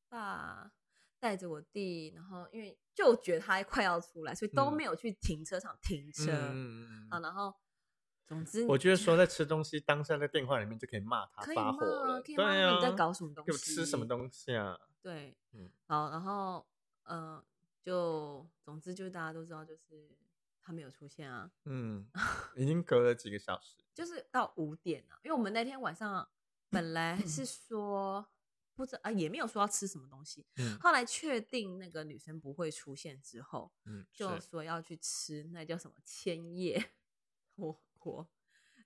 Speaker 2: 爸带着我弟，然后因为就觉得他快要出来，所以都
Speaker 1: 嗯
Speaker 2: 没有去停车场停
Speaker 1: 嗯
Speaker 2: 车、
Speaker 1: 嗯嗯
Speaker 2: 啊。
Speaker 1: 嗯
Speaker 2: 然后总之，
Speaker 1: 我觉得说在吃东西，当下在电话里面就可以骂他
Speaker 2: 可以
Speaker 1: 发
Speaker 2: 骂
Speaker 1: 火了，
Speaker 2: 啊，可以
Speaker 1: 对
Speaker 2: 骂
Speaker 1: 啊，
Speaker 2: 你在搞什么东
Speaker 1: 给
Speaker 2: 西，
Speaker 1: 我吃什么东西啊？
Speaker 2: 对，
Speaker 1: 嗯
Speaker 2: 好，然后呃，就总之就大家都知道，就是他没有出现啊， [LAUGHS]
Speaker 1: 嗯，已经隔了几个小时，
Speaker 2: 就是到五点了、因为我们那天晚上本来
Speaker 1: 嗯
Speaker 2: 是说。不知啊，也没有说要吃什么东西，
Speaker 1: 嗯
Speaker 2: 后来确定那个女生不会出现之后，
Speaker 1: 嗯，
Speaker 2: [LAUGHS] 就是说要去吃那叫什么千叶火锅，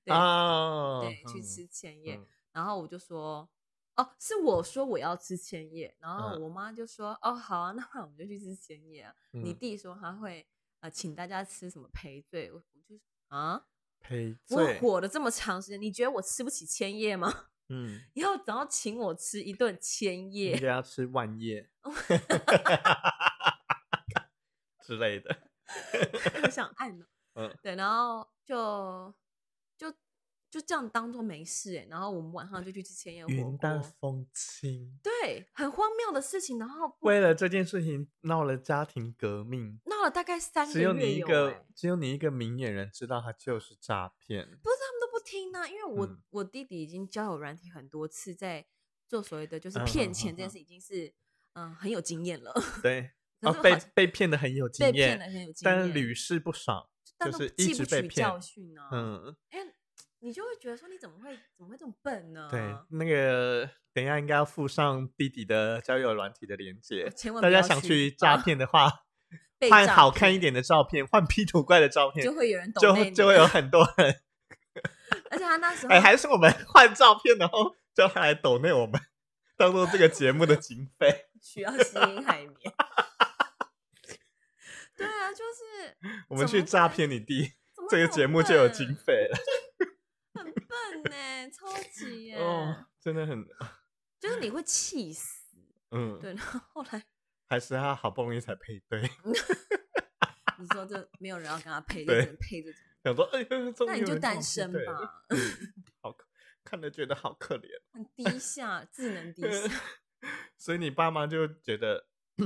Speaker 2: 对、
Speaker 1: 啊，
Speaker 2: 对，去
Speaker 1: 嗯
Speaker 2: 吃千叶。
Speaker 1: 嗯
Speaker 2: 然后我就说，哦，是我说我要吃千叶，然后
Speaker 1: 嗯
Speaker 2: 我妈就说，哦，好啊，那不然我们就去吃千叶啊。你
Speaker 1: 嗯
Speaker 2: 弟说他会呃请大家吃什么赔罪，我我就啊，
Speaker 1: 赔
Speaker 2: 我
Speaker 1: 罪，
Speaker 2: 火了这么长时间，你觉得我吃不起千叶吗？
Speaker 1: 嗯，
Speaker 2: 你要然后请我吃一顿千
Speaker 1: 应
Speaker 2: 叶，
Speaker 1: 该要吃万叶
Speaker 2: [LAUGHS]
Speaker 1: 之类的，
Speaker 2: [LAUGHS] 我想按了。
Speaker 1: [LAUGHS] 嗯
Speaker 2: 对，然后就就就这样当做没事哎、然后我们晚上就去吃千叶火
Speaker 1: 云淡
Speaker 2: 锅，
Speaker 1: 风轻。
Speaker 2: 对，很荒谬的事情，然后不
Speaker 1: 为了这件事情闹了家庭革命，
Speaker 2: 闹了大概三个
Speaker 1: 只
Speaker 2: 月有、
Speaker 1: 你一
Speaker 2: 哎
Speaker 1: 个，只有你一个明眼人知道它就是诈骗。
Speaker 2: 不是他们都不听呢、因为我、
Speaker 1: 嗯
Speaker 2: 我弟弟已经交友软体很多次，在做所谓的就是
Speaker 1: 嗯
Speaker 2: 骗
Speaker 1: 嗯
Speaker 2: 钱
Speaker 1: 嗯
Speaker 2: 这
Speaker 1: 嗯
Speaker 2: 件事，已经是嗯、很有经验了，
Speaker 1: 对，
Speaker 2: [LAUGHS] 可
Speaker 1: 哦
Speaker 2: 是，我
Speaker 1: 被
Speaker 2: 好像
Speaker 1: 被骗的很有经
Speaker 2: 被骗的
Speaker 1: 验，
Speaker 2: 很有经验，
Speaker 1: 但屡试不爽，
Speaker 2: 但
Speaker 1: 就
Speaker 2: 都
Speaker 1: 是一
Speaker 2: 记不
Speaker 1: 直被
Speaker 2: 取
Speaker 1: 骗
Speaker 2: 教。训呢、啊
Speaker 1: 嗯，
Speaker 2: 因为哎你就会觉得说你怎么会怎么会这么笨呢？
Speaker 1: 对，那个等一下应该要附上弟弟的交友软体的连接，
Speaker 2: 千万
Speaker 1: 大
Speaker 2: 不
Speaker 1: 家
Speaker 2: 要
Speaker 1: 想去
Speaker 2: 去
Speaker 1: 诈骗的话，
Speaker 2: 被
Speaker 1: 换
Speaker 2: 诈
Speaker 1: 好看一
Speaker 2: 骗
Speaker 1: 点的照片，换 P 图怪的照片，
Speaker 2: 就会有人懂
Speaker 1: 就就会有很多人，
Speaker 2: [LAUGHS] 而且他那时
Speaker 1: [LAUGHS]
Speaker 2: 候
Speaker 1: 哎，还是我们换照片，然后叫他来抖内我们，当做这个节目的经费。
Speaker 2: 需要吸引海绵。
Speaker 1: [LAUGHS]
Speaker 2: 对啊，就是
Speaker 1: 我们
Speaker 2: 怎
Speaker 1: 去
Speaker 2: 么
Speaker 1: 诈
Speaker 2: 会
Speaker 1: 骗你弟，
Speaker 2: 怎
Speaker 1: 这个
Speaker 2: 么会那么
Speaker 1: 节目就有
Speaker 2: 笨
Speaker 1: 经费了。
Speaker 2: 很笨呢、超级耶、
Speaker 1: 哦，真的很，
Speaker 2: 就是你会气死。
Speaker 1: 嗯，
Speaker 2: 对，然后后来
Speaker 1: 还是他好不容易才配对，
Speaker 2: 你说这没有人要跟他配，就
Speaker 1: 对
Speaker 2: 只能配这种，
Speaker 1: 想说，哎，终
Speaker 2: 那
Speaker 1: 于
Speaker 2: 你
Speaker 1: 有人
Speaker 2: 就
Speaker 1: 跟我
Speaker 2: 单
Speaker 1: 配
Speaker 2: 身
Speaker 1: 对了， [LAUGHS]
Speaker 2: 吧，
Speaker 1: 好可看着觉得好可怜。
Speaker 2: 很低下，智能低
Speaker 1: [LAUGHS]
Speaker 2: 下。
Speaker 1: 所以你爸妈就觉得，
Speaker 2: 这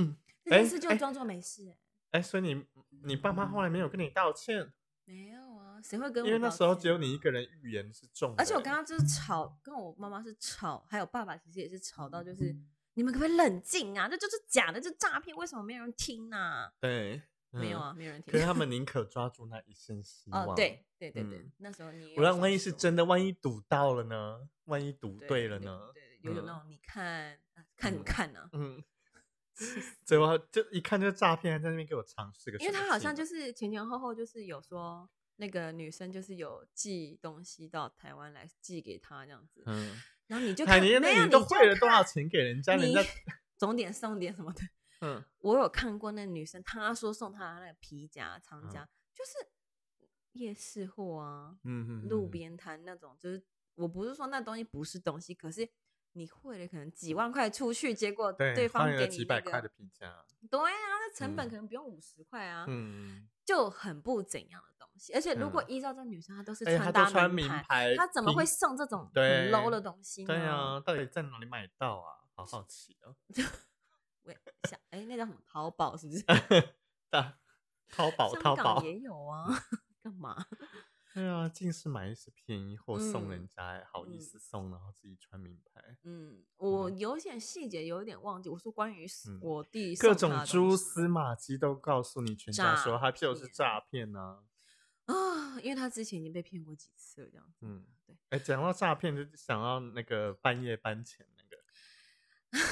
Speaker 2: 件
Speaker 1: 哎
Speaker 2: 事就
Speaker 1: 哎
Speaker 2: 装作没事、欸，
Speaker 1: 哎，所以你你爸妈后来没有跟你道歉，
Speaker 2: 没有啊，谁会跟我？
Speaker 1: 因为那时候只有你一，个人预言是中的。
Speaker 2: 而且我刚刚就是吵，跟我妈妈是吵，还有爸爸其实也是吵到就是。你们可不可以冷静啊？这就是假的，这诈骗，为什么没有人听啊？
Speaker 1: 对
Speaker 2: 没有。
Speaker 1: 嗯
Speaker 2: 啊，没有人听
Speaker 1: 可。是他们宁可抓住那一线希望。
Speaker 2: 哦，对，对对对
Speaker 1: 嗯，
Speaker 2: 那时候你也
Speaker 1: 不
Speaker 2: 有
Speaker 1: 然万
Speaker 2: 这么
Speaker 1: 一是
Speaker 2: 说
Speaker 1: 真的，万一赌到了呢？万一赌
Speaker 2: 对
Speaker 1: 对了呢？
Speaker 2: 对，有有
Speaker 1: 嗯
Speaker 2: 那种你看啊看什么
Speaker 1: 嗯
Speaker 2: 看呢？
Speaker 1: 嗯，最后就一看就是诈骗，还在那边给我尝试个手机
Speaker 2: 因
Speaker 1: 嘛。
Speaker 2: 为他好像就是前前后后就是有说那个女生就是有寄东西到台湾来寄给他这样子，
Speaker 1: 嗯，
Speaker 2: 然后你就
Speaker 1: 海
Speaker 2: 看
Speaker 1: 尼，
Speaker 2: 没有
Speaker 1: 那你都
Speaker 2: 就
Speaker 1: 汇了
Speaker 2: 看
Speaker 1: 多少钱给人家？人
Speaker 2: 你 [LAUGHS]
Speaker 1: 家
Speaker 2: 总点送点什么的，
Speaker 1: 嗯，
Speaker 2: 我有看过那女生，她说送她的那个皮夹、长夹，就是夜市货啊，
Speaker 1: 嗯嗯，
Speaker 2: 路
Speaker 1: 嗯
Speaker 2: 边摊那种，就是我不是说那东西不是东西，可是你汇了可能几万块出去，结果
Speaker 1: 对
Speaker 2: 方
Speaker 1: 换了
Speaker 2: 给
Speaker 1: 几
Speaker 2: 你
Speaker 1: 百
Speaker 2: 那
Speaker 1: 块的
Speaker 2: 个，
Speaker 1: 皮夹，
Speaker 2: 对啊，那成本
Speaker 1: 嗯
Speaker 2: 可能不用五十块啊，
Speaker 1: 嗯，
Speaker 2: 就很不怎样的东西。而且如果
Speaker 1: 嗯
Speaker 2: 依照这女生，她都是
Speaker 1: 哎，他
Speaker 2: 穿
Speaker 1: 都
Speaker 2: 搭
Speaker 1: 穿
Speaker 2: 名
Speaker 1: 名
Speaker 2: 牌，
Speaker 1: 牌，
Speaker 2: 她怎么会
Speaker 1: 皮
Speaker 2: 送这种
Speaker 1: 对
Speaker 2: 很 low 的东西呢？
Speaker 1: 对啊，到底在哪里买到啊？好好奇
Speaker 2: [LAUGHS]
Speaker 1: 哦。
Speaker 2: 喂，想哎，那叫什么淘宝是不是？
Speaker 1: 大 [LAUGHS] 淘宝，
Speaker 2: 香
Speaker 1: 淘
Speaker 2: 港
Speaker 1: 宝，嗯
Speaker 2: 也有啊， [LAUGHS] 干嘛？
Speaker 1: 对啊，尽是买一些便宜货送人
Speaker 2: 嗯
Speaker 1: 家，还好意
Speaker 2: 嗯
Speaker 1: 思送，然后自己穿名牌，
Speaker 2: 嗯，我有一点细节有一点忘记，我说关于是
Speaker 1: 嗯
Speaker 2: 我弟
Speaker 1: 各
Speaker 2: 送他
Speaker 1: 种
Speaker 2: 的
Speaker 1: 蛛
Speaker 2: 东西
Speaker 1: 丝马迹都告诉你全家说
Speaker 2: 诈
Speaker 1: 他就是
Speaker 2: 骗
Speaker 1: 诈骗呢。
Speaker 2: 啊，因为他之前已经被骗过几次了，这样子。
Speaker 1: 嗯，
Speaker 2: 对，
Speaker 1: 哎，讲到诈骗，就想到那个半夜搬钱那个。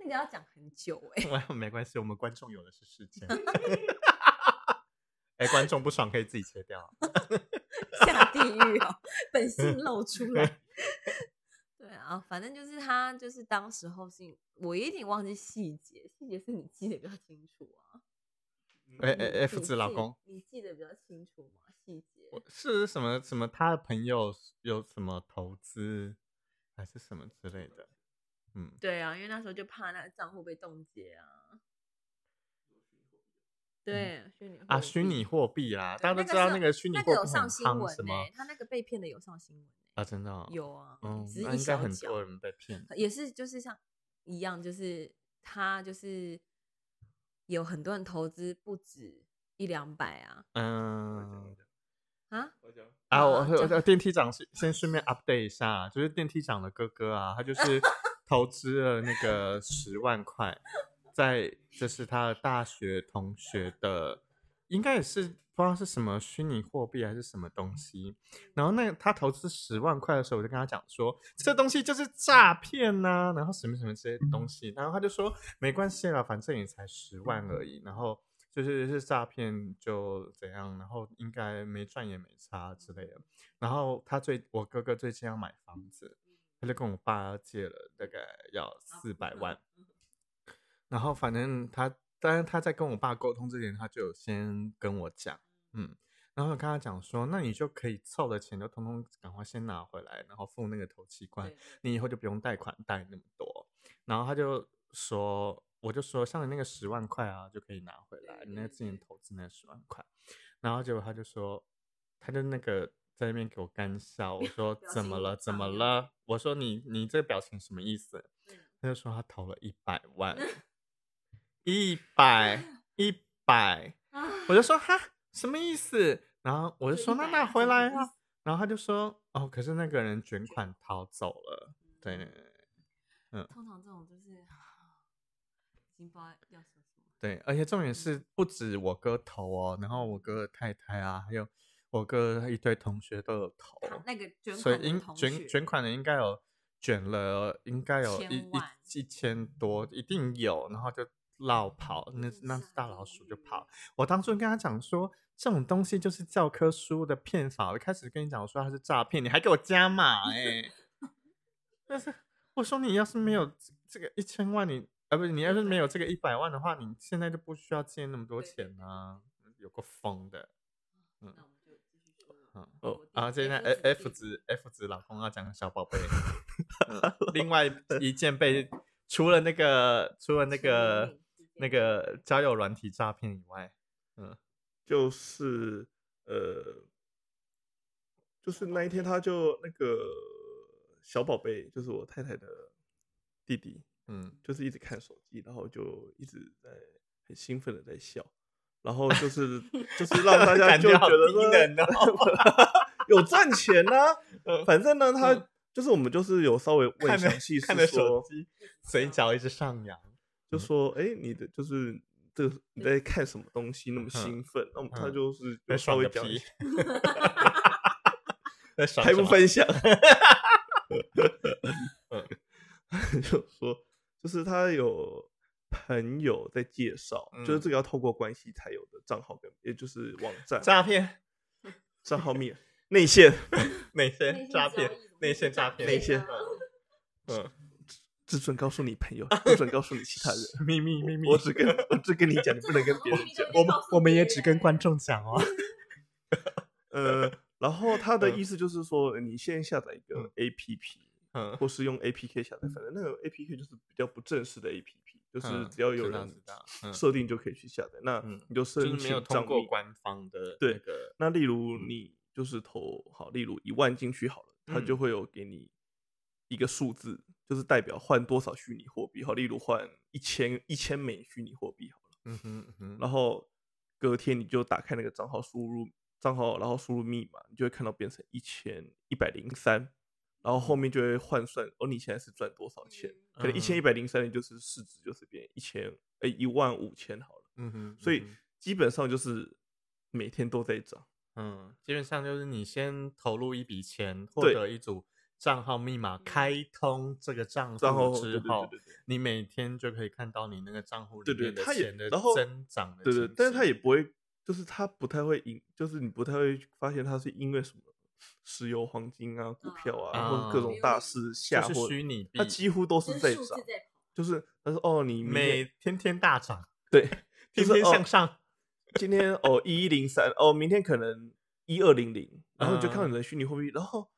Speaker 2: 那个要讲很久哎、
Speaker 1: [LAUGHS] 我没关系，我们观众有的是时间。哎、观众不爽可以自己切掉。
Speaker 2: [LAUGHS]
Speaker 1: 啊
Speaker 2: 下地狱哦，本性露出
Speaker 1: [LAUGHS]
Speaker 2: 来。对啊，反正就是他，就是当时候是，我有点忘记细节，细节是你记得比较清楚啊。
Speaker 3: 嗯
Speaker 1: 哎
Speaker 2: 你
Speaker 1: 哎哎，F
Speaker 2: 你
Speaker 1: 字老
Speaker 2: 记
Speaker 1: 公，
Speaker 2: 你记得比较清楚吗？细节
Speaker 1: 我是什么什么？他的朋友有什么投资还是什么之类的？嗯，
Speaker 2: 对啊，因为那时候就怕那个账户被冻结啊。对，虚拟
Speaker 1: 啊，
Speaker 2: 货
Speaker 1: 虚
Speaker 2: 币
Speaker 1: 拟货币啦，大家
Speaker 2: 那
Speaker 1: 都
Speaker 2: 个
Speaker 1: 知道
Speaker 2: 是
Speaker 1: 那个虚拟
Speaker 2: 那
Speaker 1: 货
Speaker 2: 个
Speaker 1: 币
Speaker 2: 有
Speaker 1: 很
Speaker 2: 上新
Speaker 1: 夯
Speaker 2: 闻
Speaker 1: 什
Speaker 2: 呢、
Speaker 1: 么
Speaker 2: 他那个被骗的有上新闻、欸，
Speaker 1: 啊？真的、哦、，
Speaker 2: 有啊，
Speaker 1: 嗯，
Speaker 2: 只是
Speaker 1: 那
Speaker 2: 一
Speaker 1: 应该
Speaker 2: 小
Speaker 1: 很
Speaker 2: 角，
Speaker 1: 多人被骗。
Speaker 2: 也是就是像一样，就是他就是有很多人投资不止一两百啊
Speaker 1: 嗯
Speaker 2: 啊，
Speaker 3: 我讲，
Speaker 1: 啊，我
Speaker 2: 啊这
Speaker 1: 我电梯长是先顺便 update 一下，就是电梯长的哥哥啊，他就是投资了那个十万块，在就是他的大学同学的，应该也是不知道是什么虚拟货币还是什么东西。然后那他投资十万块的时候，我就跟他讲说，这东西就是诈骗呐、然后什么什么这些东西，然后他就说没关系啦，反正也才十万而已，然后就是是诈骗就怎样，然后应该没赚也没差之类的。然后他最我哥哥最近要买房子，他就跟我爸借了大概要四百万，然后反正他，当然他在跟我爸沟通之前，他就有先跟我讲，嗯，然后我跟他讲说，那你就可以凑的钱就通通赶快先拿回来，然后付那个头期款
Speaker 2: 对，对
Speaker 1: 你以后就不用贷款贷那么多。然后他就说，我就说，像你那个十万块啊，就可以拿回来，
Speaker 2: 对
Speaker 1: 你那个
Speaker 2: 对
Speaker 1: 之前
Speaker 2: 对
Speaker 1: 投资那十万块。然后结果他就说，他就那个在那边给我干笑，我说
Speaker 2: [LAUGHS] 表
Speaker 1: 怎么
Speaker 2: 情
Speaker 1: 了？怎么
Speaker 2: 上扬
Speaker 1: 了？我说你你这表情什么意思？
Speaker 2: 嗯
Speaker 1: 他就说他投了一百
Speaker 2: [LAUGHS]
Speaker 1: 万，一百一百，
Speaker 2: [LAUGHS] 啊，
Speaker 1: 我就说哈什么意思？然后我就
Speaker 2: 就
Speaker 1: 说
Speaker 2: 100
Speaker 1: 那
Speaker 2: 啊
Speaker 1: 拿
Speaker 2: 这
Speaker 1: 回
Speaker 2: 什么
Speaker 1: 来
Speaker 2: 意
Speaker 1: 啊
Speaker 2: 思，
Speaker 1: 然后他就说哦，可是那个人卷款逃走了，对嗯
Speaker 2: 通常这种就是啊已经不知道要说什么。嗯
Speaker 1: 对，而且重点是不止我哥投哦，然后我哥的太太啊，还有。我哥一堆同学都有投，
Speaker 2: 他那个捐
Speaker 1: 所
Speaker 2: 款
Speaker 1: 以
Speaker 2: 的
Speaker 1: 应
Speaker 2: 同学
Speaker 1: 卷卷款的应该有卷了，应该有
Speaker 2: 千
Speaker 1: 一一
Speaker 2: 万
Speaker 1: 一千多，一定有，然后就绕跑，那
Speaker 2: 真
Speaker 1: 那
Speaker 2: 傻
Speaker 1: 大老鼠就跑。我当初跟他讲说，这种东西就是教科书的骗法，我一开始跟你讲我说它是诈骗，你还给我加
Speaker 2: [LAUGHS]
Speaker 1: 码哎、但是我说你要是没有这这个一千万你，啊不是你要是没有这个一百万的话，你现在就不需要借那么多
Speaker 2: 对对
Speaker 1: 钱
Speaker 2: 对
Speaker 1: 啊，有个疯的。
Speaker 2: 那我们就继续说
Speaker 1: 嗯
Speaker 2: 我
Speaker 1: 哦，啊，
Speaker 2: 弟
Speaker 1: 现在 F F 值 F 值老公要讲小宝贝，嗯
Speaker 3: [LAUGHS]
Speaker 1: 另外一件被除了那个除了那个那个交友软体诈骗以外，
Speaker 3: 就是呃，就是那一天他就那个小宝贝，就是我太太的弟弟， [LAUGHS]
Speaker 1: 嗯，
Speaker 3: 就是一直看手机，然后就一直在很兴奋的在笑，然后就是就是让大 [LAUGHS] 家
Speaker 1: 感
Speaker 3: 就
Speaker 1: 觉好
Speaker 3: 觉得
Speaker 1: 低
Speaker 3: 说
Speaker 1: 能哦
Speaker 3: [LAUGHS] 有赚钱呐、
Speaker 1: [LAUGHS] 嗯
Speaker 3: 反正呢，他、
Speaker 1: 嗯
Speaker 3: 就是我们就是有稍微问
Speaker 1: 看着
Speaker 3: 详
Speaker 1: [LAUGHS]
Speaker 3: 细，
Speaker 1: 看
Speaker 3: 哎是
Speaker 1: 着手
Speaker 3: 说
Speaker 1: 机，嗯嘴角一直上扬，
Speaker 3: 就说哎、诶你的就是这个你在看什么东西那么兴奋？那么他
Speaker 1: 嗯
Speaker 3: 就是
Speaker 1: 在
Speaker 3: 有稍
Speaker 1: 爽
Speaker 3: 微
Speaker 1: 个
Speaker 3: 讲一
Speaker 1: 屁
Speaker 3: 下，
Speaker 1: 在爽
Speaker 3: 还
Speaker 1: 什
Speaker 3: 不
Speaker 1: 么 [LAUGHS]
Speaker 3: 分享，
Speaker 1: 嗯
Speaker 3: [LAUGHS] 就说就是他有朋友在介绍，就是
Speaker 1: 嗯
Speaker 3: 这个要透过关系才有的账号跟也就是网站
Speaker 1: 诈骗
Speaker 3: 账号面内线， [LAUGHS]
Speaker 1: 哪些
Speaker 2: 内线
Speaker 1: 诈
Speaker 2: 交
Speaker 1: 骗
Speaker 2: 易
Speaker 1: 内线诈骗
Speaker 3: 内线
Speaker 1: 嗯
Speaker 3: 只准告诉你朋友，不准告诉你其他人。
Speaker 1: [LAUGHS] 秘密秘密，
Speaker 3: 我只跟我只跟你讲，你不能跟
Speaker 1: [LAUGHS]
Speaker 3: 别人讲。
Speaker 1: 我们我们也只跟观众讲哦，
Speaker 3: 呃，然后他的
Speaker 1: 嗯
Speaker 3: 意思就是说，你先下载一
Speaker 1: 嗯
Speaker 3: 个 APP，
Speaker 1: 嗯
Speaker 3: 或是用 APK 下载，反正那个 APK 就是比较不正式的 APP，就是
Speaker 1: 嗯
Speaker 3: 只要有
Speaker 1: 知道
Speaker 3: 人
Speaker 1: 知道嗯
Speaker 3: 设定就可以去下载。那
Speaker 1: 嗯
Speaker 3: 你就
Speaker 1: 就
Speaker 3: 申
Speaker 1: 是
Speaker 3: 请
Speaker 1: 没有通
Speaker 3: 账
Speaker 1: 过嗯
Speaker 3: 密
Speaker 1: 官方的
Speaker 3: 对
Speaker 1: 那个
Speaker 3: 那例如你就是投好，例如一万进去好了，它就
Speaker 1: 嗯
Speaker 3: 会有给你一个数字，就是代表换多少虚拟货币。好，例如换一千一千枚虚拟货币好了，
Speaker 1: 嗯哼嗯哼，
Speaker 3: 然后隔天你就打开那个账号，输入账号，然后输入密码，你就会看到变成一千一百零三，然后后面就会换算哦，你现在是赚多少钱？可能一千一
Speaker 1: 嗯
Speaker 3: 百零三，就是市值就是变一千，哎，一万五千好了。
Speaker 1: 嗯哼，
Speaker 3: 所以
Speaker 1: 嗯哼
Speaker 3: 基本上就是每天都在涨。
Speaker 1: 嗯，基本上就是你先投入一笔钱，获
Speaker 3: 对嗯
Speaker 1: 得一组账号密码，开通这个账
Speaker 3: 账号
Speaker 1: 户之
Speaker 3: 对对对
Speaker 1: 后
Speaker 3: 对对，
Speaker 1: 你每天就可以看到你那个账户里
Speaker 3: 对对
Speaker 1: 面的
Speaker 3: 它也
Speaker 1: 钱的
Speaker 3: 然后
Speaker 1: 增长的
Speaker 3: 对
Speaker 1: 情形。
Speaker 3: 对，但是他也不会，就是他不太会赢，就是你不太会发现他是因为什么石油、黄金啊、股票啊，
Speaker 1: 啊
Speaker 3: 或者各种大事下
Speaker 1: 就是
Speaker 3: 或
Speaker 1: 虚拟币，
Speaker 3: 他几乎都
Speaker 2: 就是是
Speaker 3: 在
Speaker 2: 数字
Speaker 3: 涨，
Speaker 2: 在跑
Speaker 3: 就是他说哦，你明天
Speaker 1: 每天天大涨， [LAUGHS]
Speaker 3: 对，就
Speaker 1: 天
Speaker 3: 是
Speaker 1: 天
Speaker 3: 哦
Speaker 1: 向上。
Speaker 3: 今天哦一一零三哦，明天可能一二零零，然后你就看到
Speaker 1: 嗯
Speaker 3: 你的虚拟货币，然后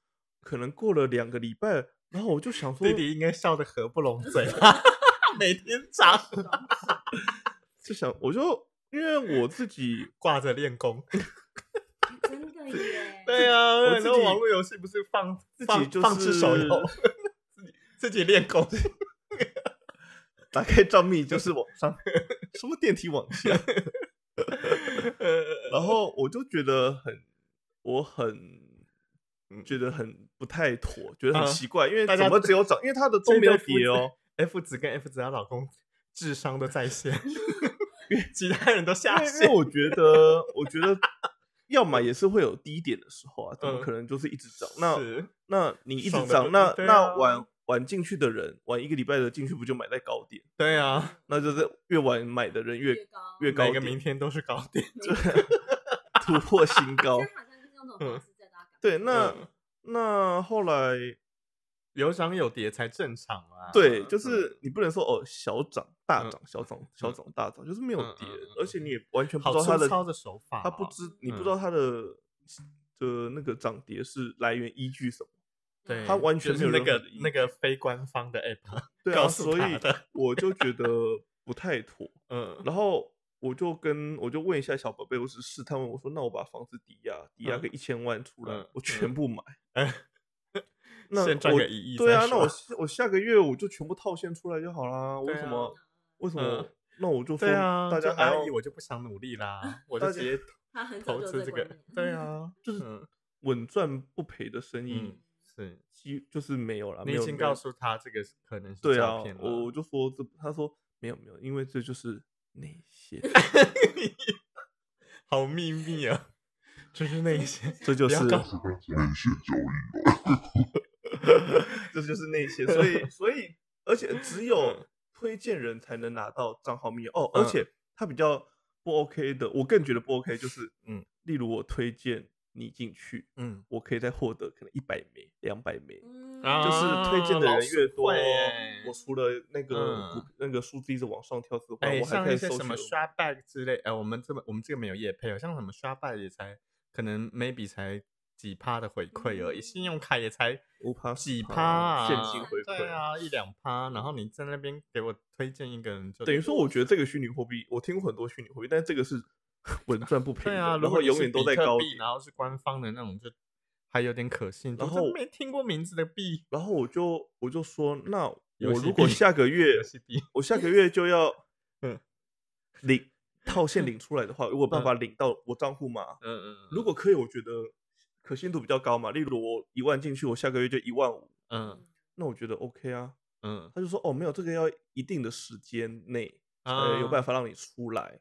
Speaker 3: 可能过了两个礼拜，然后我就想说
Speaker 1: 弟，弟应该笑得合不拢
Speaker 3: [LAUGHS]
Speaker 1: 嘴， [LAUGHS] 每天涨，
Speaker 3: 就想我就因为我自己
Speaker 1: 挂着练功。
Speaker 2: 真的耶，
Speaker 1: 对啊，
Speaker 3: 我
Speaker 1: 很
Speaker 3: 自
Speaker 1: 多
Speaker 3: 己
Speaker 1: 网络游戏不是放
Speaker 3: 自
Speaker 1: 放
Speaker 3: 己就
Speaker 1: 放置手游， [LAUGHS] 自己自己练功。
Speaker 3: 打开账密就是往上，什么电梯往
Speaker 1: [LAUGHS]
Speaker 3: 下。然后我就觉得很，我很觉得很不太妥，觉得
Speaker 1: 啊
Speaker 3: 很奇怪，因为
Speaker 1: 大
Speaker 3: 怎
Speaker 1: 家
Speaker 3: 么
Speaker 1: 都
Speaker 3: 只有涨，因为它的都
Speaker 1: 这
Speaker 3: 没有
Speaker 1: 对夫
Speaker 3: 跌
Speaker 1: 妻
Speaker 3: 哦。
Speaker 1: F 子跟 F 子她老公智商都在 [LAUGHS] 线，其他人都
Speaker 3: 因
Speaker 1: 下
Speaker 3: 为因为
Speaker 1: 线。
Speaker 3: 我觉得，我觉得要么也是会有低点的时候啊，怎么
Speaker 1: 嗯
Speaker 3: 可能就是一直涨？那
Speaker 1: 是
Speaker 3: 那你一直
Speaker 1: 爽得
Speaker 3: 涨，
Speaker 1: 不
Speaker 3: 那
Speaker 1: 对啊
Speaker 3: 那晚晚进去的人，晚一个礼拜的进去不就买在高点？
Speaker 1: 对啊，
Speaker 3: 那就是越晚买的人越
Speaker 2: 高
Speaker 3: 越高
Speaker 1: 每个
Speaker 3: 点
Speaker 1: 明天都是高点。
Speaker 3: 突破新高
Speaker 2: 这。好像就是用这种方式在拉杆。
Speaker 1: [LAUGHS]
Speaker 3: 对，那
Speaker 1: 嗯
Speaker 3: 那后来
Speaker 1: [LAUGHS] 有涨有跌才正常啊。
Speaker 3: 对，就
Speaker 1: 嗯
Speaker 3: 是你不能说哦小涨大
Speaker 1: 嗯
Speaker 3: 涨小涨小涨大涨，就是没有
Speaker 1: 嗯嗯
Speaker 3: 跌
Speaker 1: 嗯，
Speaker 3: 而且你也完全不
Speaker 1: 好
Speaker 3: 知道它
Speaker 1: 粗
Speaker 3: 的
Speaker 1: 糙的手法哦。
Speaker 3: 它不知你不
Speaker 1: 嗯
Speaker 3: 知道它的的那个涨跌是来源依据什么，
Speaker 1: 对，
Speaker 3: 它完全
Speaker 1: 就
Speaker 3: 没
Speaker 1: 是
Speaker 3: 有
Speaker 1: 那
Speaker 3: 任何
Speaker 1: 个
Speaker 3: 的意义
Speaker 1: 那个非官方 [LAUGHS] 的 app
Speaker 3: 对啊，
Speaker 1: 告诉
Speaker 3: 所以
Speaker 1: 他的。
Speaker 3: 我就觉得不太妥，
Speaker 1: [LAUGHS] 嗯
Speaker 3: 然后。我就跟我就问一下小宝贝，我只试探问我说，那我把房子抵押，抵押
Speaker 1: 嗯
Speaker 3: 个一千万出来，
Speaker 1: 嗯
Speaker 3: 我
Speaker 1: 嗯
Speaker 3: 全部买。
Speaker 1: 嗯，
Speaker 3: [LAUGHS] 那
Speaker 1: 先赚
Speaker 3: 我
Speaker 1: 个一亿
Speaker 3: 对
Speaker 1: 再
Speaker 3: 啊，那
Speaker 1: 说
Speaker 3: 我下我下个月我就全部套现出来就好啦。为
Speaker 1: 对
Speaker 3: 什
Speaker 1: 啊
Speaker 3: 么？为什么？
Speaker 1: 嗯
Speaker 3: 那我就说
Speaker 1: 对啊，
Speaker 3: 大
Speaker 1: 就
Speaker 3: 家还要
Speaker 1: 阿姨我就不想努力啦， [LAUGHS] 我
Speaker 3: 大
Speaker 1: 就
Speaker 3: 家
Speaker 1: 直接
Speaker 2: 他很
Speaker 1: 投
Speaker 2: 早就有
Speaker 1: 资这
Speaker 2: 这个
Speaker 1: 个
Speaker 2: 观念。。
Speaker 1: 对啊，
Speaker 3: 就是
Speaker 1: 嗯
Speaker 3: 稳赚不赔的生意
Speaker 1: 嗯，是。
Speaker 3: 几就是没有了。
Speaker 1: 你
Speaker 3: 啊没
Speaker 1: 已
Speaker 3: 有
Speaker 1: 经
Speaker 3: 没有
Speaker 1: 告诉他这个是可能是
Speaker 3: 对
Speaker 1: 诈
Speaker 3: 啊
Speaker 1: 骗，了。[LAUGHS]
Speaker 3: 我我就说这，他说没有没有，因为这就是内线。 [LAUGHS]
Speaker 1: 好秘密啊！就是那一些，
Speaker 3: 这就
Speaker 1: 不要
Speaker 3: 是
Speaker 1: 告
Speaker 4: 内线交易哦。
Speaker 3: 这就是那些，所以所以而且只有推荐人才能拿到账号密钥哦，而
Speaker 1: 嗯
Speaker 3: 且他比较不 OK 的，我更觉得不 OK 就是，
Speaker 1: 嗯
Speaker 3: 嗯，例如我推荐你进去， [LAUGHS]
Speaker 1: 嗯，
Speaker 3: 我可以再获得可能一百枚、两百枚，
Speaker 2: 嗯
Speaker 1: 啊
Speaker 3: 就是推荐的
Speaker 1: 老
Speaker 3: 人
Speaker 1: 鼠
Speaker 3: 越多
Speaker 1: 会欸，
Speaker 3: 我除了那个
Speaker 1: 嗯
Speaker 3: 股那个数字一直往上跳之外，
Speaker 1: 哎，
Speaker 3: 我还
Speaker 1: 像
Speaker 3: 可
Speaker 1: 一
Speaker 3: 以
Speaker 1: 些
Speaker 3: 搜
Speaker 1: 什么
Speaker 3: 寻
Speaker 1: 刷 back 之类，哎，我们这么我们这个没有业配哦，像什么刷 back 也才可能 maybe 才几趴的回馈而已，
Speaker 2: 嗯
Speaker 1: 信用卡也才
Speaker 3: 五趴
Speaker 1: 几
Speaker 3: 10%
Speaker 1: 趴啊
Speaker 3: 现金回馈
Speaker 1: 对啊，一两趴，然后你在那边给我推荐一个人就，
Speaker 3: 等于说，我觉得这个虚拟货币，我听过很多虚拟货币，但这个是 [LAUGHS] 稳赚不赔的，
Speaker 1: 对啊，
Speaker 3: 然
Speaker 1: 如
Speaker 3: 后
Speaker 1: 果你
Speaker 3: 永
Speaker 1: 是
Speaker 3: 远都
Speaker 1: 比
Speaker 3: 在
Speaker 1: 特
Speaker 3: 高
Speaker 1: 币
Speaker 3: 点
Speaker 1: 然后是官方的那种，就还有点可信度，
Speaker 3: 然
Speaker 1: 这
Speaker 3: 后
Speaker 1: 没听过名字的币，
Speaker 3: 然后我就我就说，那我
Speaker 1: 游戏
Speaker 3: 如果
Speaker 1: 币
Speaker 3: 下个月
Speaker 1: 游戏币，
Speaker 3: 我下个月就要
Speaker 1: 嗯
Speaker 3: 领套
Speaker 1: [LAUGHS]
Speaker 3: 现领出来的话，我有办法领到我账户吗？
Speaker 1: 嗯嗯
Speaker 3: 如果可以，我觉得可信度比较高嘛。例如我一万进去，我下个月就一万五，
Speaker 1: 嗯
Speaker 3: 那我觉得 OK 啊。
Speaker 1: 嗯
Speaker 3: 他就说哦，没有，这个要一定的时间内才
Speaker 1: 啊，
Speaker 3: 有办法让你出来，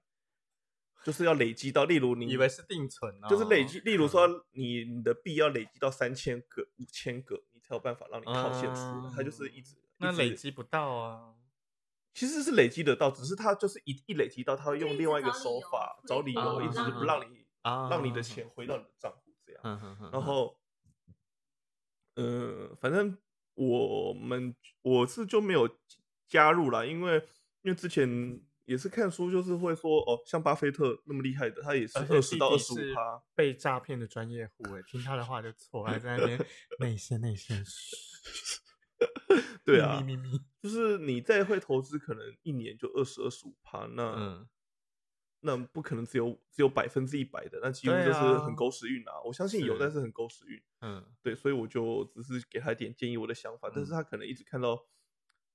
Speaker 3: 就是要累积到，例如你
Speaker 1: 以为是定存哦，
Speaker 3: 就是累积，例如
Speaker 1: 嗯
Speaker 3: 说你你的币要累积到三千个、五千个，你才有办法让你套现出来。它就是一直
Speaker 1: 哦那
Speaker 3: 一直
Speaker 1: 累积不到啊，
Speaker 3: 其实是累积得到，只是它就是一一累积到，它会
Speaker 2: 就一
Speaker 3: 用
Speaker 2: 直
Speaker 3: 另外一个
Speaker 2: 找理
Speaker 3: 手
Speaker 2: 由
Speaker 3: 法
Speaker 2: 推
Speaker 3: 找理
Speaker 1: 脱
Speaker 3: 由，一直
Speaker 1: 让
Speaker 3: 不
Speaker 1: 你
Speaker 3: 让你
Speaker 1: 啊，
Speaker 3: 让你的钱回到你的账户这样。
Speaker 1: 嗯，嗯嗯，
Speaker 3: 然后，呃，反正我们我是就没有加入啦，因为因为之前也是看书，就是会说哦，像巴菲特那么厉害的，他也是
Speaker 1: 而
Speaker 3: 二
Speaker 1: 且
Speaker 3: 十
Speaker 1: 弟
Speaker 3: 到
Speaker 1: 弟
Speaker 3: 二十
Speaker 1: 是
Speaker 3: 五趴，
Speaker 1: 被诈骗的专业户哎，听他的话就错，还在那边
Speaker 3: [LAUGHS]
Speaker 1: 内线内线，嘘
Speaker 3: 对啊，
Speaker 1: 咪咪咪咪，
Speaker 3: 就是你再会投资，可能一年就二十二十五趴，那、
Speaker 1: 嗯，
Speaker 3: 那不可能只有只有百分之一百的，那几乎
Speaker 1: 对
Speaker 3: 就是
Speaker 1: 啊
Speaker 3: 很狗屎运啊！我相信有，
Speaker 1: 是
Speaker 3: 但是很狗屎运。
Speaker 1: 嗯
Speaker 3: 对，所以我就只是给他一点建议，我的想法，但是
Speaker 1: 嗯
Speaker 3: 他可能一直看到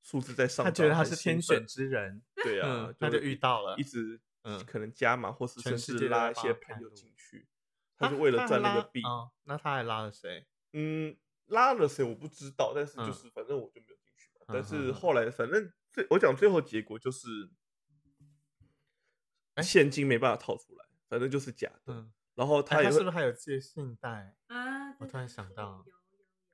Speaker 3: 数字在上
Speaker 1: 他
Speaker 3: 涨，
Speaker 1: 觉得他
Speaker 3: 很
Speaker 1: 是
Speaker 3: 兴
Speaker 1: 天
Speaker 3: 奋
Speaker 1: 选，之人，
Speaker 3: 对啊，
Speaker 1: 嗯，他就
Speaker 3: 会
Speaker 1: 遇到了
Speaker 3: 一，直
Speaker 1: 嗯
Speaker 3: 可能加码，或是
Speaker 1: 全
Speaker 3: 甚
Speaker 1: 世
Speaker 3: 至
Speaker 1: 界都
Speaker 3: 拉
Speaker 1: 在
Speaker 3: 一
Speaker 1: 帮
Speaker 3: 些
Speaker 1: 他
Speaker 3: 朋
Speaker 1: 开
Speaker 3: 友
Speaker 1: 路
Speaker 3: 进去，他就为了
Speaker 1: 还
Speaker 3: 赚那个
Speaker 1: 拉
Speaker 3: 币，
Speaker 1: 哦，那他还拉了谁？
Speaker 3: 嗯，拉了谁我不知道，但是就
Speaker 1: 嗯
Speaker 3: 是反正我就没有进去嘛。
Speaker 1: 嗯
Speaker 3: 但
Speaker 1: 嗯
Speaker 3: 是
Speaker 1: 嗯
Speaker 3: 后来反正最我讲最后结果就是，
Speaker 1: 哎
Speaker 3: 现金没办法套出来，反正就是假的。
Speaker 1: 嗯，
Speaker 3: 然后
Speaker 1: 哎
Speaker 3: 他也
Speaker 1: 是不
Speaker 3: 会
Speaker 1: 是还有借信贷？
Speaker 2: 啊，
Speaker 1: 我
Speaker 2: 对
Speaker 1: 突然
Speaker 2: 对
Speaker 1: 想
Speaker 2: 对
Speaker 1: 到
Speaker 2: 有